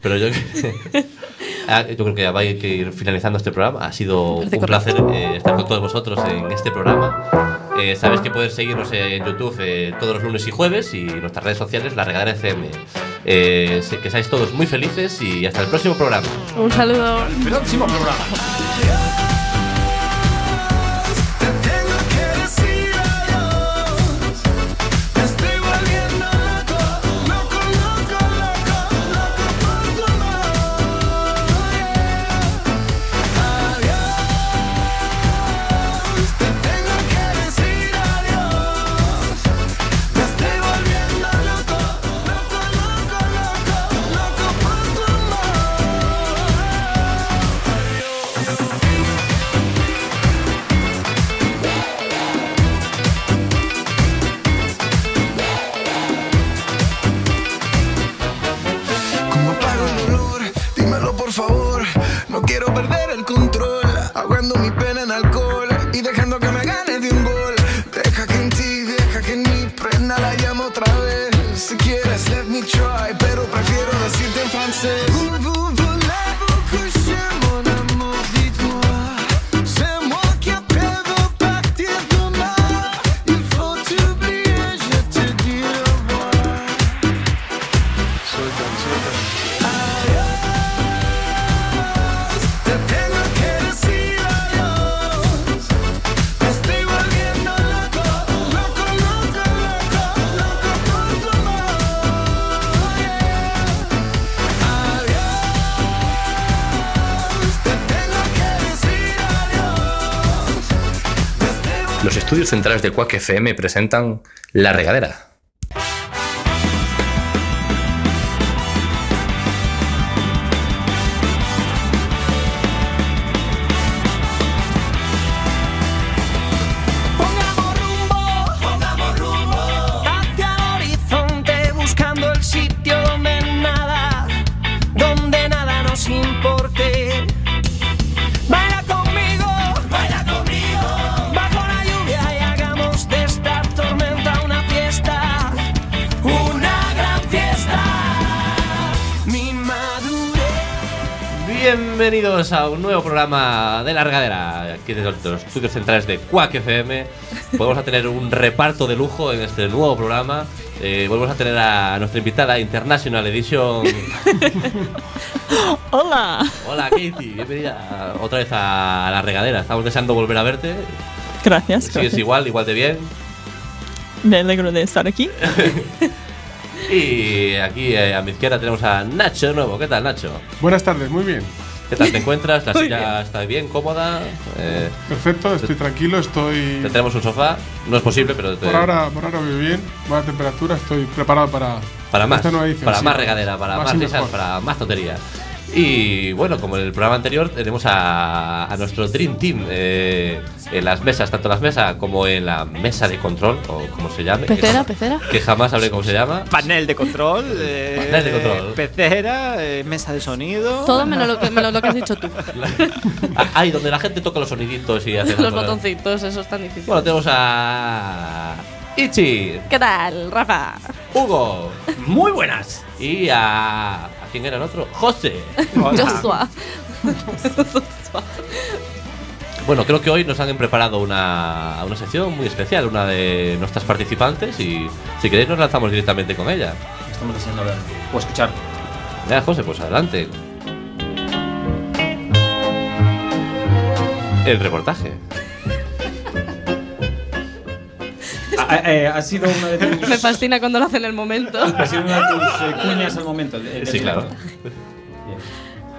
Pero yo, (laughs) Ah, yo creo que ya va a ir finalizando este programa. Ha sido un Parece placer eh, estar con todos vosotros en este programa. Eh, Sabéis que puedes seguirnos en YouTube eh, todos los lunes y jueves y nuestras redes sociales, La Regadera FM. Eh, sé que seáis todos muy felices y hasta el próximo programa. Un saludo. Próximo programa. que decir adiós. Me estoy volviendo loco, loco, loco, loco, loco por tu amor. Adiós, te tengo que decir adiós. Me estoy volviendo loco, loco, loco, loco, loco por tu amor. Adiós. ¿Cómo apago el dolor? Dímelo por favor. No quiero perder el control. Ahogando mi pena en alcohol y dejando que me gane de un gol. Deja que en ti, deja que en mí prenda la llama otra vez. Si quieres, let me try, pero prefiero decirte en francés. Voulez-vous que je m'en amour, dites-moi. C'est moi qui appelle au partir demain. Il faut t'oublier, je te dis au revoir. Suéltame, suéltame. Te tengo que decir adiós. Me estoy volviendo loco, loco, loco, loco, loco por tu amor. Adiós. Te tengo que decir adiós. Los estudios centrales de Quack FM presentan La Regadera. Pongamos rumbo hacia el horizonte buscando el sitio donde nada, donde nada nos importe. Baila conmigo, baila conmigo, bajo la lluvia y hagamos de esta tormenta una fiesta, una gran fiesta. Mi madurez. Bienvenidos a un nuevo programa de Largadera, aquí desde los estudios centrales de Quack FM. Vamos a tener un reparto de lujo en este nuevo programa. Eh, volvemos a tener a nuestra invitada International Edition. Hola. Hola Katie, bienvenida a- otra vez a La Regadera. Estamos deseando volver a verte. Gracias. Sigues gracias. igual, igual de bien. Me alegro de estar aquí. Y aquí eh, a mi izquierda tenemos a Nacho de nuevo. ¿Qué tal, Nacho? Buenas tardes, muy bien. ¿Qué tal te encuentras? La Muy silla está bien, cómoda. Eh, Perfecto, estoy tranquilo, estoy. te tenemos un sofá. No es posible, pero te- Por ahora, por ahora voy bien, buena temperatura, estoy preparado para. Para más, esta nueva edición, para sí. más regadera, para más, y risas, mejor. para más tonterías. Y bueno, como en el programa anterior, tenemos a, a nuestro Dream Team eh, en las mesas, tanto en las mesas como en la mesa de control, o como se llame. que Pecera, jam- pecera. Que jamás sabré cómo (laughs) se llama. Panel de control, eh, Panel de control. pecera, eh, mesa de sonido. Todo menos lo que, menos lo que has dicho tú. Ah, Ahí donde la gente toca los soniditos y hace esas Los cosas. botoncitos, eso es tan difícil. Bueno, tenemos a. Ichi, ¿Qué tal, Rafa? Hugo. Muy buenas. Y a. ¿A quién era el otro? José. Joshua. Bueno, creo que hoy nos han preparado una, una sección muy especial, una de nuestras participantes y si queréis nos lanzamos directamente con ella. Estamos deseando ver o (laughs) escuchar. Ya, José, pues adelante. El reportaje. Ah, eh, ha sido una de tus, (laughs) Me fascina cuando lo hace en el momento. (laughs) ha sido una de tus, eh, cuñas al momento. el- el- Sí, claro.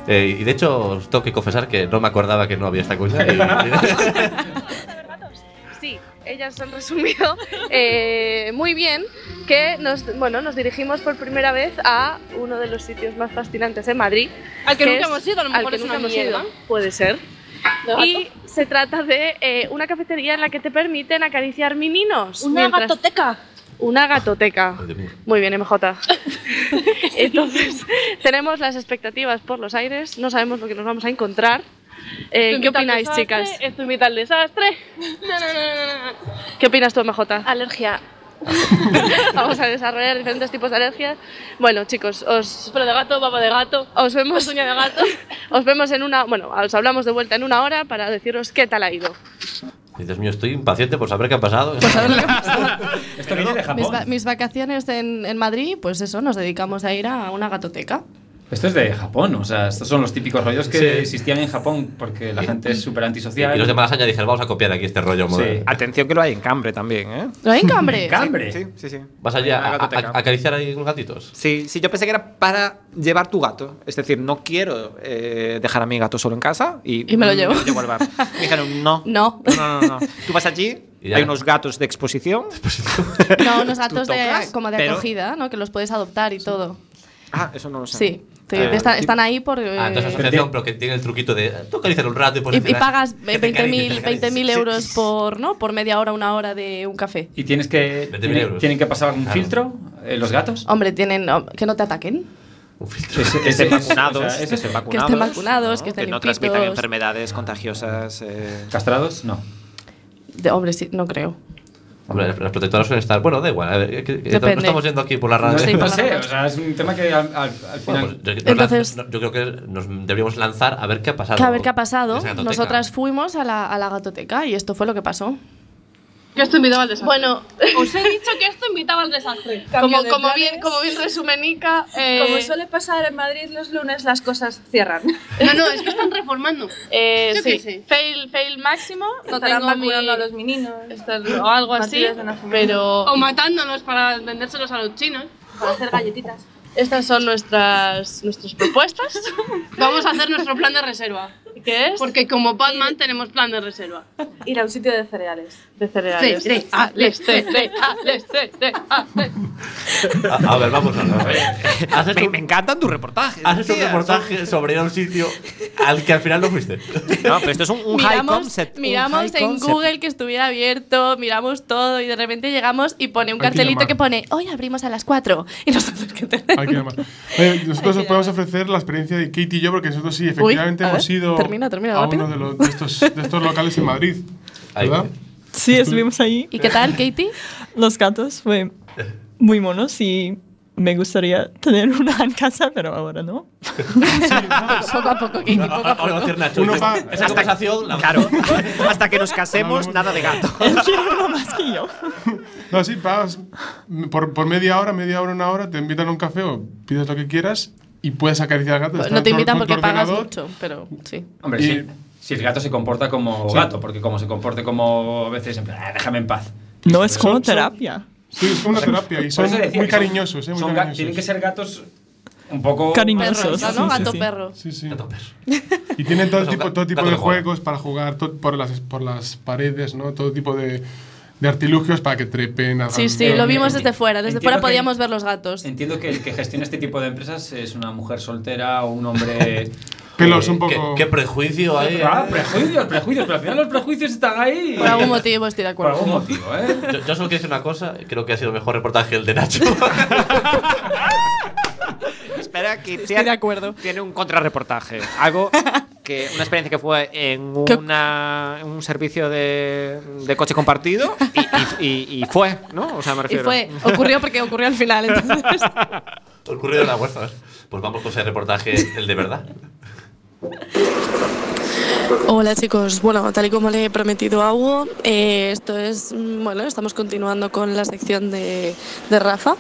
Eh, y de hecho, os tengo que confesar que no me acordaba que no había esta cosa. Sí, ellas han resumido (laughs) eh, muy bien que nos, bueno, nos dirigimos por primera vez a uno de los sitios más fascinantes en Madrid. Al que nunca es- hemos ido, a lo mejor al que es nunca una hemos ido, mierda. Puede ser. ¿De Y se trata de eh, una cafetería en la que te permiten acariciar mininos. Una mientras- gatoteca. Una gatoteca. Muy bien, MJ. (laughs) (laughs) Entonces, tenemos las expectativas por los aires, no sabemos lo que nos vamos a encontrar. Eh, Esto imita ¿Qué el opináis, desastre, chicas? Esto imita el desastre. No, no, no, no, no. ¿Qué opinas tú, MJ? Alergia. (laughs) Vamos a desarrollar diferentes tipos de alergias. Bueno, chicos, os. Pero de gato, baba de gato. Os vemos. Pezuña de gato. (laughs) Os vemos en una. Bueno, os hablamos de vuelta en una hora para deciros qué tal ha ido. Dios mío, estoy impaciente por saber qué ha pasado. Esto viene de Mis, va- mis vacaciones en, en Madrid, pues eso, nos dedicamos a ir a una gatoteca. Esto es de Japón, o sea, estos son los típicos rollos que Sí. existían en Japón porque la gente es súper antisocial. Y los de Malasaña dijeron, vamos a copiar aquí este rollo Sí. moderno. Atención que lo hay en Cambre también, ¿eh? ¿Lo hay en Cambre? Sí, sí, sí. ¿Vas allí allá a, a- a- acariciar ahí unos gatitos? Sí, sí, yo pensé que era para llevar tu gato. Es decir, no quiero eh, dejar a mi gato solo en casa y, Y me lo llevo. (laughs) al bar. Me dijeron, no. No. No, no, no. Tú vas allí, Y (laughs) ya. hay unos gatos de exposición. No, unos gatos Tú de, tocas, como de pero- acogida, ¿no? Que los puedes adoptar y todo. Ah, eso no lo sé. Sí. Te- Ah, está- sí. están ahí por. eh, Ah, entonces asociación, pero que tiene el truquito de eh, tú acariciar un rato y y, pues y (laughs) pagas Que te acaricie, 20.000 que te acaricie. 20.000 euros por, ¿no? por media hora, una hora de un café. Y tienes que. tiene- euros. tienen que pasar algún Claro. filtro, eh, los gatos. Hombre, tienen no, que no te ataquen, Ese- Que ese estén es- (laughs) o vacunados. sea, Que ese es estén el- que estén vacunados. vacunados, que Que estén no transmitan limpitos. enfermedades contagiosas. eh. ¿Castrados? No. De- hombre, sí, no creo. Hombre, las protectoras suelen estar. Bueno, da igual. a ver, que- que- no Depende. estamos yendo aquí por la radio. No, no sé, o sea, es un tema que al, al- al final. Bueno, pues, yo- yo- Entonces- yo creo que nos deberíamos lanzar a ver qué ha pasado. Que a ver qué ha pasado. Esa gatoteca. Nosotras fuimos a la, a la gatoteca y esto fue lo que pasó. Que esto invitaba al desastre. Bueno, os he dicho que esto invitaba al desastre. Como, como bien, como bien resumenica. eh, Como suele pasar en Madrid los lunes, las cosas cierran. No, no, es que están reformando. eh, Yo qué sí. sé. Fail, fail máximo. No Estarán tengo mi- vacunando a los meninos. Estar- o algo así, Partidas de nacimiento. pero- o matándolos para vendérselos a los chinos. Para hacer galletitas. Estas son nuestras, nuestras propuestas. Vamos a hacer nuestro plan de reserva. ¿Qué es? Porque como Batman tenemos plan de reserva. Ir a un sitio de cereales. De Tres, cereales. tres, ah, les, tres, tres, ah, les, tres, tres, ah, les. A, a ver, vamos a ver. Has hecho Me, un- me encantan tus reportajes. Has hecho un tía. reportaje sobre ir a un sitio al que al final no fuiste. No, pero esto es un, un high miramos concept. un miramos high en concept. Google que estuviera abierto, miramos todo y de repente llegamos y pone un Hay que cartelito llamar. que pone hoy abrimos a las 4 (laughs) y nosotros que Hay (laughs) que llamar. Oye, nosotros os podemos ofrecer la experiencia de Kate y yo, porque nosotros sí, efectivamente a ver, hemos ido termina, termina, a rápido. uno de, los- de estos, de estos locales en Madrid. ¿Verdad? Sí, estuvimos allí. ¿Y qué tal, Katie? (laughs) Los gatos fue muy monos y me gustaría tener una en casa, pero ahora no. poco a poco, Katie, poco Pues a Ah, Ahora va a poco. decir Nacho. Uno dice, va- Esa conversación la Claro, (laughs) hasta que nos casemos, nada de gato. Él quiere uno más que yo. No, sí, pagas por, por media hora, media hora, una hora, te invitan a un café o pides lo que quieras y puedes acariciar al gato. está Pues No te tu- invitan con tu porque pagas ordenador. mucho, pero sí. Hombre, Y- sí. Si el gato se comporta como Sí. gato, porque como se comporte como a veces, en plan, "Ah, déjame en paz. No es como Son- son- terapia. Sí, es como una terapia y son Por eso decía muy que son- cariñosos. eh, muy son ga- cariñosos. tienen que ser gatos un poco. Cariñosos. Perro, ¿no? sí, sí, Gato sí. perro. Sí, Ah, sí. Gato perro. Y tienen todo Son tipo, ga- todo tipo gato de que juega. juegos para jugar to- por, las, por las paredes, ¿no? Todo tipo de, de artilugios para que trepen. hagan- Sí, eh, sí, lo vimos desde fuera. Desde Entiendo fuera que- podíamos ver los gatos. Entiendo que el que gestiona este tipo de empresas es una mujer soltera o un hombre. Pelos un ¿Qué, poco. qué prejuicio hay. (laughs) Ah, eh. prejuicios, prejuicios, pero al final los prejuicios están ahí. Por algún motivo estoy de Por acuerdo. algún motivo, ¿eh? Yo, yo solo quiero decir una cosa, creo que ha sido el mejor reportaje el de Nacho. Espera, que Estoy de acuerdo. tiene un contrarreportaje. Algo que una experiencia que fue en, ¿Qué? una, en un servicio de, de coche compartido y, y- y- y fue, ¿no? O sea, me Y refiero. fue, ocurrió porque ocurrió al final, entonces. Ocurrido en la huerta. Pues vamos con ese reportaje, el de verdad. Hola chicos, bueno, tal y como le he prometido a Hugo, eh, esto es, mm, bueno, estamos continuando con la sección de, de Rafa.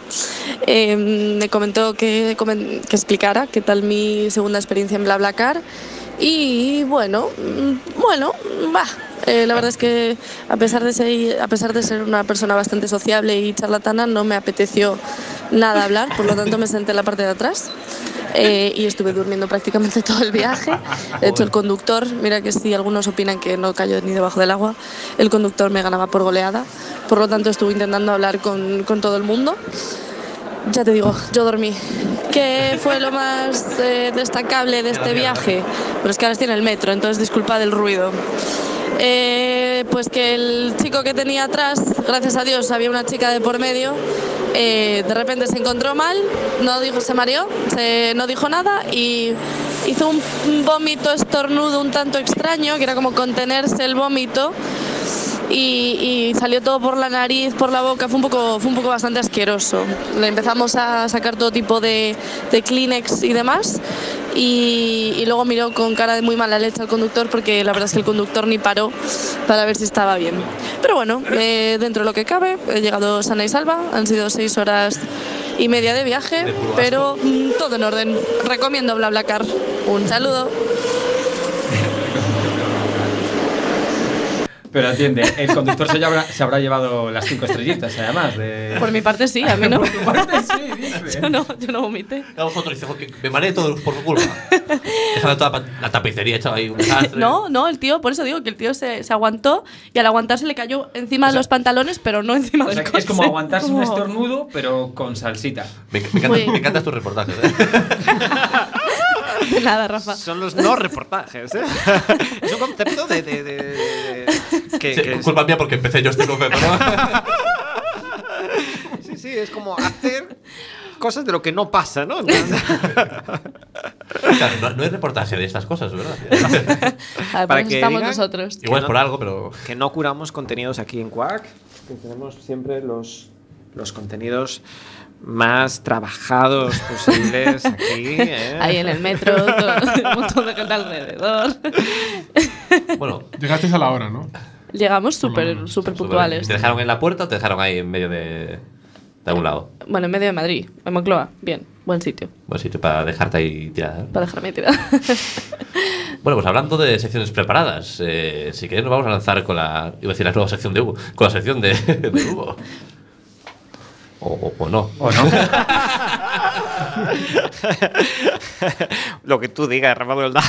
Eh, me comentó que, comen- que explicara qué tal mi segunda experiencia en BlaBlaCar y bueno, mm, bueno, va. Eh, la verdad es que a pesar, de ser, a pesar de ser una persona bastante sociable y charlatana, no me apeteció nada hablar, por lo tanto me senté en la parte de atrás eh, y estuve durmiendo prácticamente todo el viaje. De hecho, el conductor, mira que si algunos opinan que no cayó ni debajo del agua, el conductor me ganaba por goleada, por lo tanto estuve intentando hablar con, con todo el mundo. Ya te digo, yo dormí. ¿Qué fue lo más eh, destacable de este viaje? Pero es que ahora estoy en el metro, entonces disculpad el ruido. Eh, eh, pues que el chico que tenía atrás, gracias a Dios, había una chica de por medio, eh, de repente se encontró mal, no dijo, se mareó, se- no dijo nada y hizo un un vómito estornudo un tanto extraño, que era como contenerse el vómito y, y salió todo por la nariz, por la boca, fue un poco, fue un poco bastante asqueroso. Le empezamos a sacar todo tipo de, de Kleenex y demás y, y luego miró con cara de muy mala leche al conductor porque la verdad es que el conductor ni paró para ver si estaba bien. Pero bueno, eh, dentro de lo que cabe, he llegado sana y salva, han sido seis horas y media de viaje, De puro asco. pero mm, todo en orden. Recomiendo BlaBlaCar. Un saludo. Pero atiende, el conductor se, habrá, se habrá llevado las cinco estrellitas, además. De... Por mi parte sí, a mí no. (laughs) yo no, yo no vomité. Claro, vosotros dices, "Joder, que me mareé todo por tu culpa. Dejando toda pa- la tapicería hecha ahí un (laughs) Ah, desastre. No, no, el tío, por eso digo que el tío se, se aguantó y al aguantarse le cayó encima de los pantalones, pero no encima O sea, del que coche. es como aguantarse un Como- estornudo, pero con salsita. Me, me encantan- Uy. me encantan tus reportajes. ¿eh? (laughs) De nada, (laughs) Rafa. Son los no reportajes, (laughs) ¿eh? es un concepto de. de, de- de- que- Sí, que es- culpa mía porque empecé yo este concepto. ¿no? sí, sí, es como hacer cosas de lo que no pasa, ¿no? Entonces- (laughs) Claro, no, no hay reportaje de estas cosas, (laughs) ¿verdad? A ver, por eso estamos digan nosotros. que Igual es no- por algo, pero- Que no curamos contenidos aquí en Quack, que tenemos siempre los, los contenidos más (laughs) trabajados posibles aquí. ¿eh? Ahí en el (laughs) metro, todo- un montón de gente alrededor. (laughs) Bueno, Llegasteis a la hora, ¿no? Llegamos Mm, súper súper puntuales. ¿Te dejaron en la puerta o te dejaron ahí en medio de, de algún lado? Bueno, en medio de Madrid, en Moncloa. Bien, buen sitio Buen sitio para dejarte ahí tirada. ¿eh? para dejarme tirada. (laughs) Bueno, pues hablando de secciones preparadas, eh, si queréis nos vamos a lanzar con la, iba a decir la nueva sección de Hugo, con la sección de, (laughs) de Hugo. O, o- o no. ¿O no? Lo que tú digas, Rafa Goldá.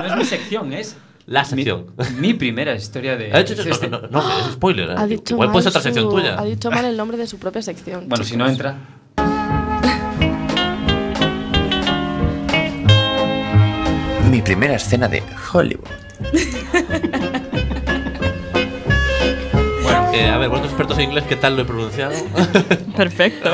No es mi sección, es La sección. mi primera historia de. Ha dicho- no, este- no, no, no, es spoiler. ¿eh? Ha dicho Igual mal puede ser otra sección su- tuya. Ha dicho mal el nombre de su propia sección. Bueno, si no entra. Mi primera escena de Hollywood. Bueno, eh, a ver, vosotros expertos en inglés, ¿qué tal lo (laughs) he pronunciado? Perfecto.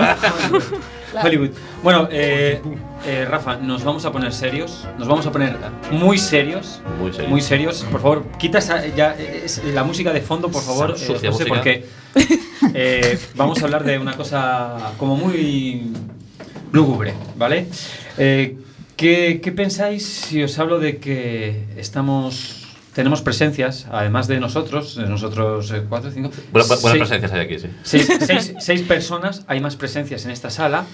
Hollywood. Bueno, eh, eh, Rafa, nos vamos a poner serios. Nos vamos a poner muy serios. Muy serio. Muy serios. Por favor, quita esa- ya, eh, es- la música de fondo, por favor. Esa sucia José, música. porque (laughs) eh, vamos a hablar de una cosa como muy lúgubre, ¿vale? Eh, ¿qué, qué pensáis si os hablo de que estamos... Tenemos presencias, además de nosotros, de nosotros eh, cuatro, cinco... Buena- buenas seis- presencias hay aquí, sí. Seis, seis- seis personas, hay más presencias en esta sala.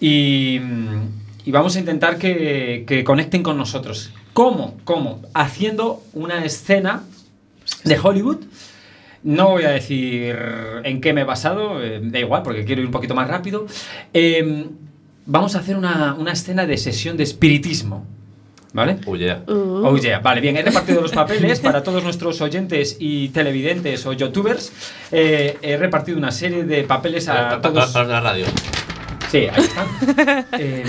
Y, mm, y vamos a intentar que, que conecten con nosotros. ¿Cómo? ¿Cómo? Haciendo una escena de Hollywood. No voy a decir en qué me he basado, eh, da igual, porque quiero ir un poquito más rápido. Eh, vamos a hacer una, una escena de sesión de espiritismo. ¿Vale? Oye, Uh, Oh yeah. Vale, bien, he repartido los papeles para todos nuestros oyentes y televidentes o youtubers. Eh, he repartido una serie de papeles a Eh, para, para- todos. para la radio. Sí, ahí está. (laughs) Eh,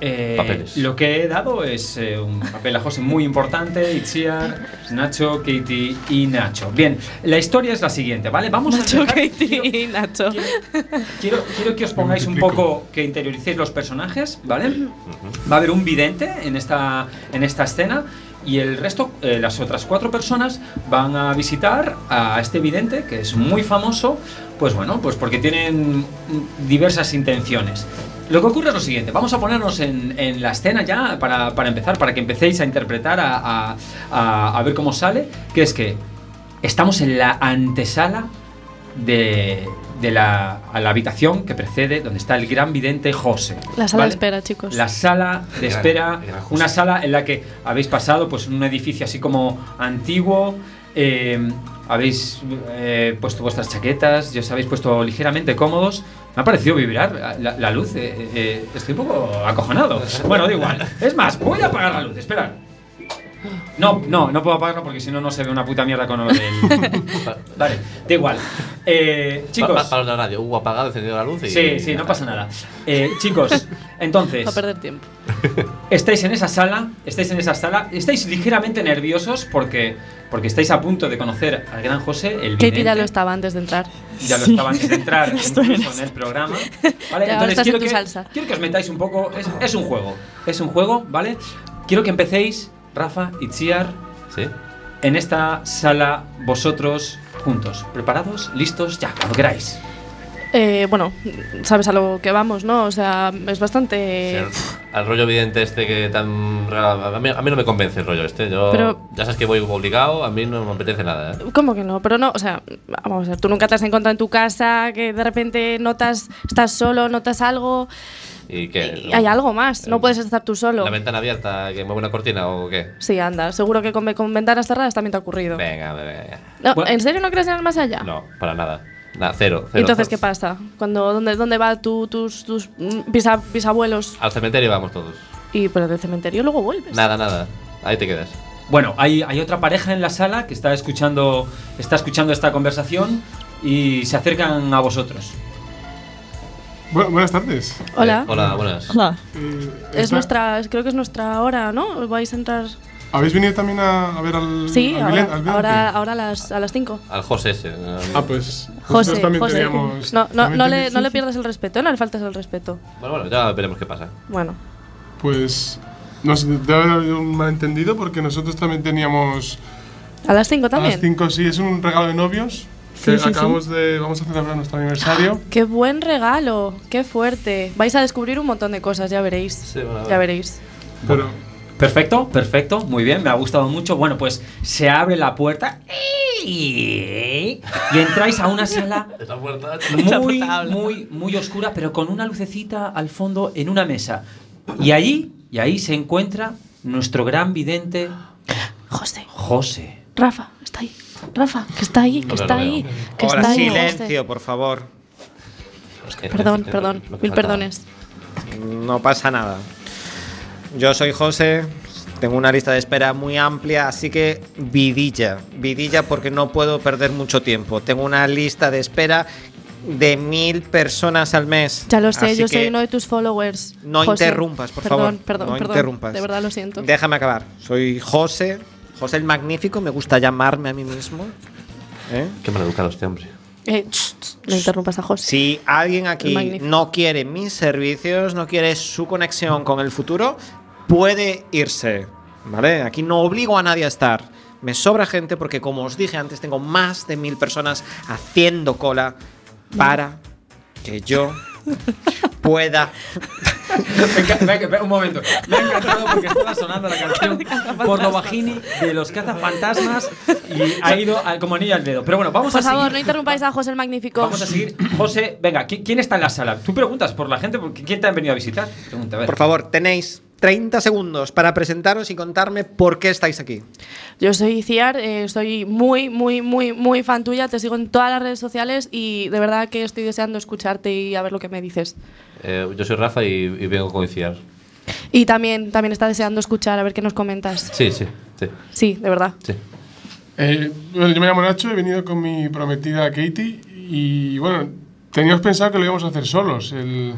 eh, Papeles. Lo que he dado es eh, un papel a José muy importante, Itziar, Nacho, Katie y Nacho. Bien, la historia es la siguiente, ¿vale? Vamos a Nacho, (laughs) empezar- Katie y Nacho. Quiero, quiero que os pongáis un poco, que interioricéis los personajes, ¿vale? Va a haber un vidente en esta, en esta escena y el resto, eh, las otras cuatro personas van a visitar a este vidente que es muy famoso, pues bueno, pues porque tienen mm, diversas intenciones. Lo que ocurre es lo siguiente, vamos a ponernos en, en la escena ya para, para empezar, para que empecéis a interpretar, a, a- a- a ver cómo sale, que es que estamos en la antesala de, de la, a la habitación que precede donde está el gran vidente José. La sala de ¿vale? espera, Pues chicos. La sala de El gran- espera, el gran José. una sala en la que habéis pasado pues en un edificio así como antiguo, eh, habéis eh, puesto vuestras chaquetas, ya os habéis puesto ligeramente cómodos. Me ha parecido vibrar la, la luz, eh, eh, eh, estoy un poco acojonado. Bueno, da igual. Es más, voy a apagar la luz, esperad. No, no, no puedo apagarlo porque si no, no se ve una puta mierda con lo del. (laughs) vale, da igual. Eh, Pa- chicos. pa- para la radio. Hubo apagado, encendido la luz y. Sí, sí, no pasa nada. Eh, chicos, entonces. Va a perder tiempo. Estáis en esa sala, estáis en esa sala, estáis ligeramente nerviosos porque, porque estáis a punto de conocer al gran José, el Katie vidente. ya lo estaba antes de entrar. Ya lo estaba antes (laughs) de entrar incluso en el programa. Vale, Ya, ahora entonces estás quiero en tu que, salsa. quiero que os metáis un poco. Es, es un juego, es un juego, ¿vale? Quiero que empecéis, Rafa y Chiar, en esta sala vosotros juntos. ¿Preparados? ¿Listos? Ya, cuando queráis. Eh, bueno, sabes a lo que vamos, ¿no? O sea, es bastante. Al rollo vidente este que tan. ra- A mí, a mí no me convence el rollo este. Yo, Pero- ya sabes que voy obligado, a mí no me apetece nada. ¿eh? ¿Cómo que no? Pero no, o sea, vamos a ver, tú nunca te has encontrado en tu casa que de repente notas, estás solo, notas algo, ¿Y qué? y hay algo más, no puedes estar tú solo. ¿La ventana abierta que mueve una cortina o qué? Sí, anda, seguro que con, con ventanas cerradas también te ha ocurrido. Venga, venga. No, ¿En serio no crees en el más allá? No, para nada. Nada, cero. ¿Y cero. Ah. entonces qué pasa? Cuando, ¿Dónde, dónde va tu- tus, tus mm, bisa- bisabuelos? Al cementerio vamos todos. Y pero del cementerio luego vuelves. Nada, nada. Ahí te quedas. Bueno, hay, hay otra pareja en la sala que está escuchando, está escuchando esta conversación y se acercan a vosotros. Bu- buenas tardes. Hola. Eh, hola, buenas. Hola. Eh, Es esta- nuestra, creo que es nuestra hora, ¿no? Vais a entrar. ¿Habéis venido también a, a ver al. Sí, Mm, al ahora, Milen- al Vidente? ahora, ahora a las a las 5. Al José ese. ¿no? Ah, pues. José, nosotros también José. teníamos- No, no, también no, le, teníamos- no le pierdas el respeto, no le faltas el respeto. Bueno, bueno, ya veremos qué pasa. Bueno, Pues. Nos debe haber habido un malentendido porque nosotros también teníamos. a las 5 A las también. 5, sí, es un regalo de novios. Sí, Que sí, sí. acabamos de. Vamos a celebrar nuestro aniversario. Qué buen regalo, qué fuerte. Vais a descubrir un montón de cosas, ya veréis. bueno, a ver. ya veréis. Pero- Perfecto, perfecto, muy bien, me ha gustado mucho. Bueno, pues se abre la puerta y entráis a una (laughs) sala Esa puerta. muy, muy, muy oscura, pero con una lucecita al fondo en una mesa. Y allí, y ahí se encuentra nuestro gran vidente José. José. Rafa, está ahí. Rafa, que está ahí, que No lo está veo. ahí. Que Ahora está ahí, José. silencio, por favor. Perdón, perdón, mil perdones. No pasa nada. Yo soy José, tengo una lista de espera muy amplia, así que vidilla, vidilla porque no puedo perder mucho tiempo. Tengo una lista de espera de mil personas al mes. Ya lo sé, así yo que soy uno de tus followers. No José. interrumpas, por Perdón, favor. Perdón, No perdón. interrumpas. De verdad lo siento. Déjame acabar. Soy José, José el Magnífico, me gusta llamarme a mí mismo. ¿eh? Qué mal educado este hombre. Eh, ch, ch, no interrumpas a José. Si alguien El aquí magnífico. no quiere mis servicios, no quiere su conexión con el futuro, puede irse. ¿Vale? Aquí no obligo a nadie a estar. Me sobra gente porque, como os dije antes, tengo más de mil personas haciendo cola para (laughs) que yo pueda. un momento. Me ha encantado porque estaba sonando la canción por lo bajini de los cazafantasmas y ha ido al- como anillo al dedo. Pero bueno, vamos Por a seguir. favor, no interrumpáis a José el Magnífico. Vamos a seguir. José, venga, ¿qui- ¿quién está en la sala? Tú preguntas por la gente, porque ¿quién te han venido a visitar? Pregunta, a ver. Por favor, tenéis 30 segundos para presentaros y contarme por qué estáis aquí. Yo soy Ciar, eh, soy muy, muy, muy, muy fan tuya, te sigo en todas las redes sociales y de verdad que estoy deseando escucharte y a ver lo que me dices. Eh, yo soy Rafa y, y vengo a coincidir. Y también, también está deseando escuchar, a ver qué nos comentas. Sí, sí, sí. Sí, de verdad. Eh, bueno, yo me llamo Nacho, he venido con mi prometida Katie y bueno, teníamos pensado que lo íbamos a hacer solos. El,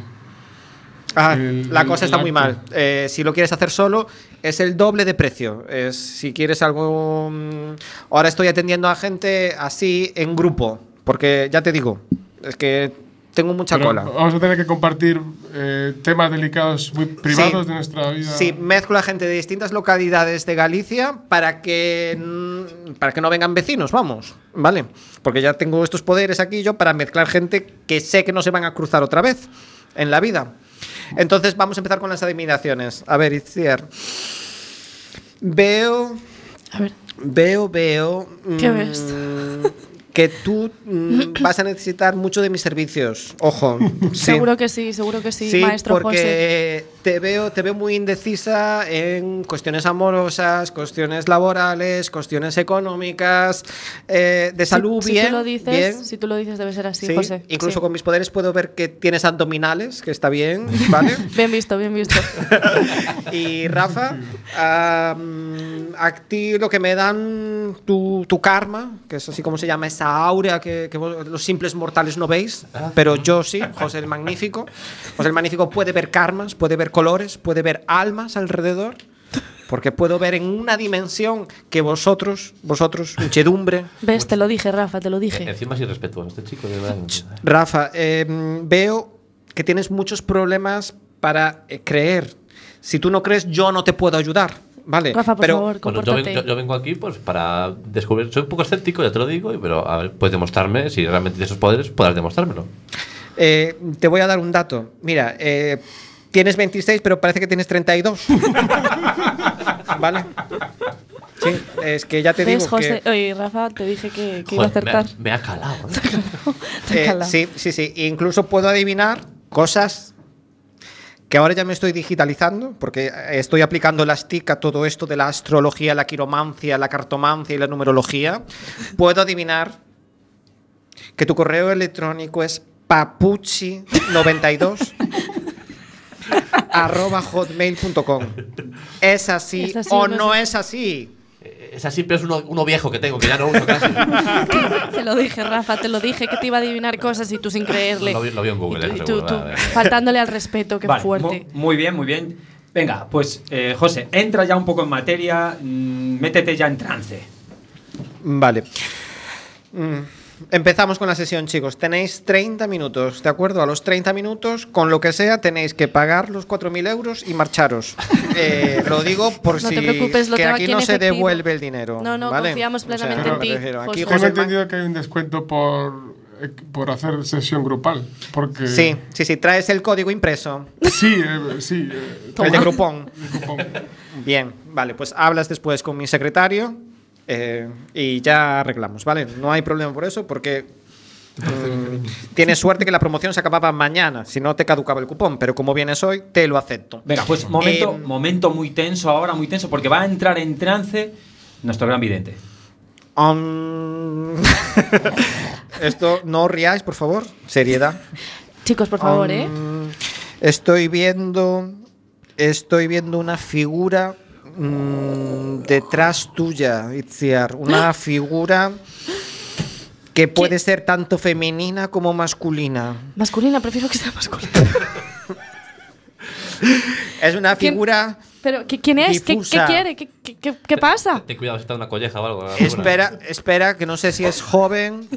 Ah, el- La cosa el está muy acto. mal. Eh, si lo quieres hacer solo, es el doble de precio. Es, si quieres algo... mm, Ahora estoy atendiendo a gente así en grupo, porque ya te digo, es que tengo mucha Pero cola. Vamos a tener que compartir eh, temas delicados muy privados de nuestra vida. Sí, mezclo a gente de distintas localidades de Galicia para que, mm, para que no vengan vecinos, vamos, ¿vale? Porque ya tengo estos poderes aquí yo para mezclar gente que sé que no se van a cruzar otra vez en la vida. Entonces vamos a empezar con las adivinaciones. A ver, Itziar. Veo... Veo, veo... ¿Qué mm, ves? Que tú mm, vas (laughs) a necesitar mucho de mis servicios. Ojo. sí. Seguro que sí, seguro que sí, Sí, maestro José. porque te veo, te veo muy indecisa en cuestiones amorosas, cuestiones laborales, cuestiones económicas, eh, de salud, si, bien. tú lo dices, bien. Si tú lo dices, debe ser así, Sí, José. Incluso Sí. con mis poderes puedo ver que tienes abdominales, que está bien, (laughs) ¿vale? Bien visto, bien visto. (laughs) y Rafa, am, a ti lo que me dan tu, tu karma, que es así como se llama esa aura que, que vos- los simples mortales no veis, pero yo sí, José el Magnífico. José el Magnífico puede ver karmas, puede ver colores, puede ver almas alrededor. Porque puedo ver en una dimensión que vosotros, vosotros, muchedumbre, ¿Ves? Te lo dije, Rafa, te lo dije. E-, Encima es irrespetuoso este chico, de verdad. Rafa, em, veo que tienes muchos problemas para eh, creer. Si tú no crees, yo no te puedo ayudar. Vale, pero Bueno, eh, yo, ven- yo- yo vengo aquí pues para descubrir. Soy un poco escéptico, ya te lo digo, pero a ver, puedes demostrarme si realmente tienes esos poderes, podrás demostrármelo. eh, te voy a dar un dato. Mira, eh, tienes 26, pero parece que (laughs) tienes 32. vale. Sí, es que ya te ¿Ves, digo José? que Oye, Rafa, te dije que, que iba a Joder, me ha- (laughs) acertar. Me ha calado. ¿eh? Te (laughs) Eh, cala. sí, sí, sí. Incluso puedo adivinar cosas que ahora ya me estoy digitalizando, porque estoy aplicando las TIC a todo esto de la astrología, la quiromancia, la cartomancia y la numerología. Puedo adivinar que tu correo electrónico es (laughs) papucci92 arroba hotmail.com. ¿Es así, Es así o o no es no es así? Es así, pero es uno, uno viejo que tengo, que ya no uso casi. (laughs) Te lo dije, Rafa, te lo dije que te iba a adivinar cosas y tú sin creerle. Lo vi, lo vi en Google, Y eso tú, seguro, tú, nada, eh. faltándole al respeto, qué Vale, fuerte. mu- Muy bien, muy bien. Venga, pues eh, José, entra ya un poco en materia, mm, métete ya en trance. Vale. Mm, Empezamos con la sesión, chicos. Tenéis 30 minutos, ¿de acuerdo? A los 30 minutos, con lo que sea, tenéis que pagar los 4.000 euros y (laughs) marcharos. Eh, lo digo por No si te preocupes, lo que tengo aquí, aquí no en se efectivo. devuelve el dinero. No, no, ¿vale? confiamos O sea, plenamente en no, ti, me refiero, aquí José. José Tengo Ma- entendido que hay un descuento por, eh, por hacer sesión grupal. Porque Sí, sí, sí, traes el código impreso. Sí, eh, sí. eh, El de (laughs) tengo- Groupon. Bien, vale, pues hablas después con mi secretario eh, y ya arreglamos, ¿vale? No hay problema por eso porque mm, tienes suerte que la promoción se acababa mañana, si no te caducaba el cupón, pero como vienes hoy, te lo acepto. Venga, Em. pues momento, momento muy tenso ahora, muy tenso, porque va a entrar en trance nuestro gran vidente. Um, (laughs) Esto no os riáis, por favor, seriedad. Chicos, por favor, ¿eh? Um, Estoy viendo. Estoy viendo una figura mm, detrás tuya, Itziar. ¿Ah? Una figura que puede ser tanto femenina como masculina. Masculina, prefiero que sea masculina. Es una ¿Quién- figura. ¿Pero ¿qué- quién es? ¿Qué, qué Difusa. quiere? ¿Qué, qué- qué- qué pasa? Ten cuidado si está una colleja o algo. la figura. Espera, espera, que no sé si es joven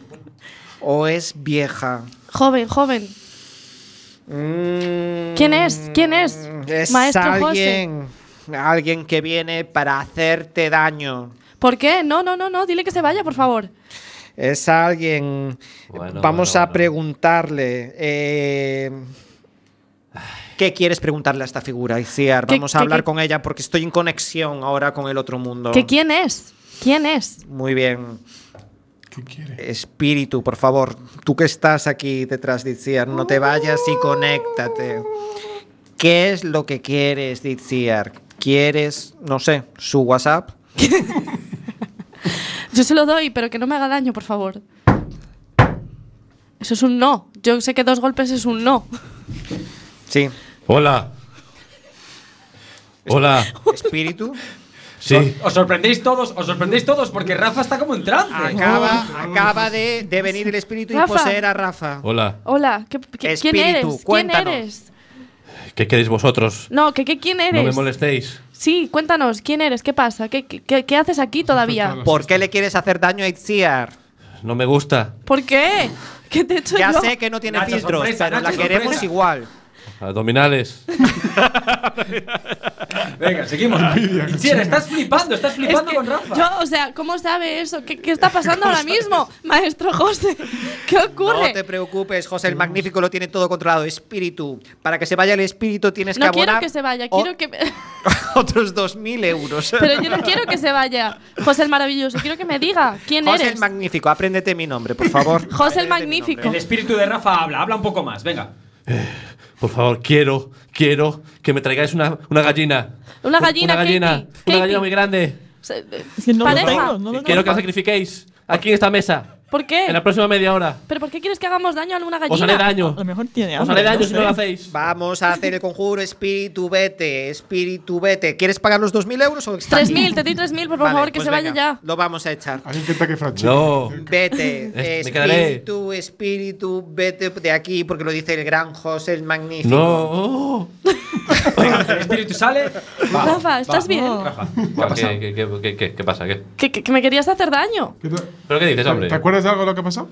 o es vieja. Joven, joven. ¿Quién ¿Quién es? ¿Quién es? Mm, Es Maestro José. alguien, alguien que viene para hacerte daño. ¿Por qué? No, no, no, no. Dile que se vaya, por favor. Es alguien. Vamos a preguntarle. eh, ¿Qué quieres preguntarle a esta figura, Iciar? ¿Qué- Vamos a qué- hablar qué- con ella porque estoy en conexión ahora con el otro mundo. ¿Que quién es? ¿Quién es? Muy bien. Espíritu, por favor, tú que estás aquí detrás de Itziar, no te vayas y conéctate. ¿Qué es lo que quieres, de Itziar? ¿Quieres, no sé, su WhatsApp? Yo se lo doy, pero que no me haga daño, por favor. Eso es un no. Yo sé que dos golpes es un no. (laughs) Sí. Hola. Hola. ¿Espíritu? Sí. Os sorprendéis todos, os sorprendéis todos, porque Rafa está como en trance. Acaba, acaba de, de venir el espíritu y Rafa. poseer a Rafa. Hola. Hola, ¿qué- qué- ¿quién Espíritu, eres? ¿Quién cuéntanos. eres? ¿Qué queréis vosotros? No, que, que- ¿quién No me eres? molestéis. sí, cuéntanos, ¿quién eres? ¿Qué pasa? ¿Qué, qué- qué- qué haces aquí todavía? ¿Por qué le quieres hacer daño (laughs) a Itziar? No me gusta. ¿Por qué? ¿Qué te he hecho Ya yo? sé que no tiene Nacho, filtros, sorpresa, pero la Nacho, queremos sorpresa. igual. Abdominales. Venga, seguimos. Itziar, estás flipando, estás flipando Es que con Rafa. Yo, o sea, ¿cómo sabe eso? ¿Qué, qué está pasando ahora mismo, maestro José? (laughs) ¿Qué ocurre? No te preocupes, José, el magnífico lo tiene todo controlado. Espíritu. Para que se vaya el espíritu tienes que no abonar quiero que se vaya, o- quiero que. me- (laughs) (laughs) otros 2.000 euros. Pero yo no quiero que se vaya, José el Maravilloso. Quiero que me diga quién José el eres. (laughs) Magnífico, apréndete mi nombre, por favor. José el Magnífico. El espíritu de Rafa habla, habla un poco más, venga. Por favor, quiero, quiero que me traigáis una, una gallina. Una gallina, Una gallina, Katie, una Katie. gallina muy grande. Se- eh, que no lo pareja. tengo, no lo Quiero que la sacrifiquéis aquí en esta mesa. ¿Por qué? En la próxima media hora. ¿Pero por qué quieres que hagamos daño a una Eh. gallina? Os haré daño. A lo mejor tiene Os haré daño si no lo hacéis. Vamos a hacer el conjuro espíritu vete, espíritu vete. ¿Quieres pagar los 2.000 euros o está 3.000, te doy 3.000, por Vale, favor, que pues se vaya venga, ya. Lo vamos a echar. Alguien intenta que frache. No. Vete, eh, Es- me quedaré. espíritu, espíritu, vete de aquí, porque lo dice el gran José el Magnífico. No. El espíritu sale. Va, Rafa, ¿estás bien? Bueno, ¿Qué, qué, qué- qué- qué- qué pasa? ¿Qué? Que, que- que me querías hacer daño. ¿Pero qué dices, hombre? ¿Te acuerdas de algo de lo que pasó?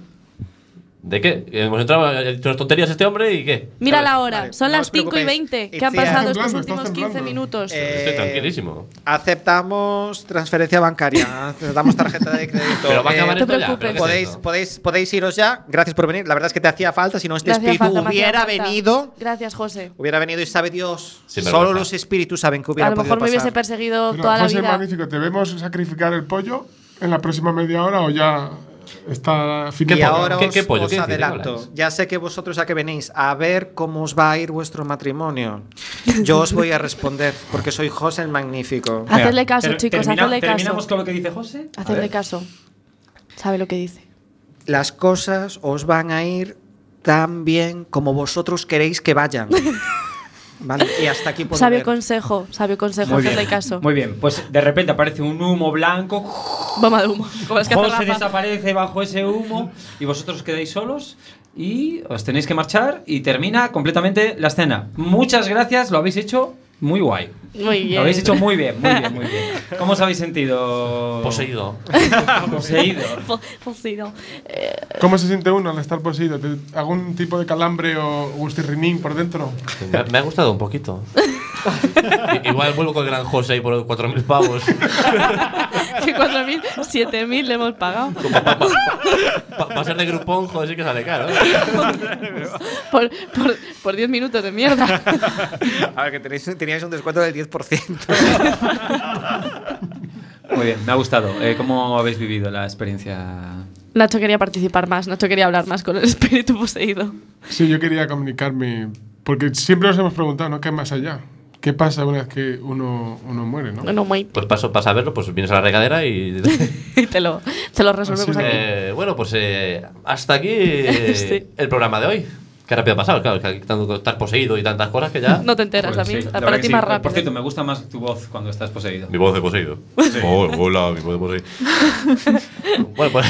¿De qué? Hemos entrado, ha dicho unas tonterías este hombre y qué. Mira la hora, son no las os 5 y preocupéis. 20 que Itziar. han pasado estos Temblando, últimos 15 minutos. Estoy tranquilísimo. Aceptamos transferencia bancaria, damos tarjeta de crédito. Pero va a acabar Eh, esto ya, ¿pero qué es podéis, esto? podéis, podéis iros ya. Gracias por venir. La verdad es que te hacía falta. Si no, este Me hacía espíritu falta, me hacía hubiera falta. venido. Gracias, José. Hubiera venido y sabe Dios. Sin Solo vergüenza. los espíritus saben que hubiera A lo podido mejor me hubiese pasar. perseguido Pero, Pues toda la José, vida. magnífico. ¿Te vemos sacrificar el pollo en la próxima media hora o ya está finito? Y ahora ¿Qué- os, qué pollo? os ¿Qué dices? ¿De qué adelanto. hablas? Ya sé que vosotros a que venís a ver cómo os va a ir vuestro matrimonio. Yo os voy a responder porque soy José el Magnífico. Hacedle caso, chicos, hacedle Terminamos caso. con lo que dice José. A Hacedle ver. caso. Sabe lo que dice. Las cosas os van a ir tan bien como vosotros queréis que vayan. Vale, y hasta aquí puedo Sabio ver. consejo, sabio consejo, hacedle caso. Muy bien, pues de repente aparece un humo blanco. Bomba de humo. Como las que hace José Rafa. desaparece bajo ese humo y vosotros os quedáis solos y os tenéis que marchar y termina completamente la escena. Muchas gracias, lo habéis hecho muy guay. Muy bien. Lo habéis hecho muy bien, muy bien, (laughs) muy bien. ¿Cómo os habéis sentido? Ah, Poseído. Poseído. Po- poseído. Eh, ¿Cómo se siente uno al estar poseído? ¿Te- ¿Algún tipo de calambre o gustirrinín por dentro? Me, me ha gustado un (laughs) poquito. I- Igual vuelvo con el gran José y por 4.000 pavos. que 4.000, 7.000 le hemos pagado. Pa- pa ser de grupón, José, que sale caro. ¿eh? Por, por, por 10 minutos de mierda. A ver, que tenéis, teníais un descuento del 10%. Muy bien, me ha gustado. Eh, ¿Cómo habéis vivido la experiencia? Nacho quería participar más, Nacho quería hablar más con el espíritu poseído. Sí, yo quería comunicarme, porque siempre nos hemos preguntado, ¿no? ¿Qué hay más allá? ¿Qué pasa una vez que uno, uno muere, no? Bueno, muy. Pues paso, para saberlo, pues vienes a la regadera y. (laughs) Te lo, te lo resolvemos Así aquí. Eh, bueno, pues eh, hasta aquí eh, Sí. el programa de hoy. Qué rápido ha pasado, claro, que aquí tanto estar poseído y tantas cosas que ya. No te enteras, Pues a mí, sí, la verdad para que ti sí. más Por rápido. cierto, me gusta más tu voz cuando estás poseído. Mi voz de poseído. Oh, hola, mi voz de poseído. (laughs) bueno, pues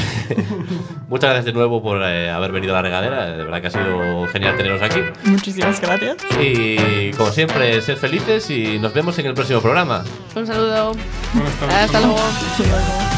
muchas gracias de nuevo por eh, haber venido a la regadera. De verdad que ha sido genial teneros aquí. Muchísimas gracias. Y como siempre, sed felices y nos vemos en el próximo programa. Un saludo. Buenas tardes. Hasta luego. Hasta luego.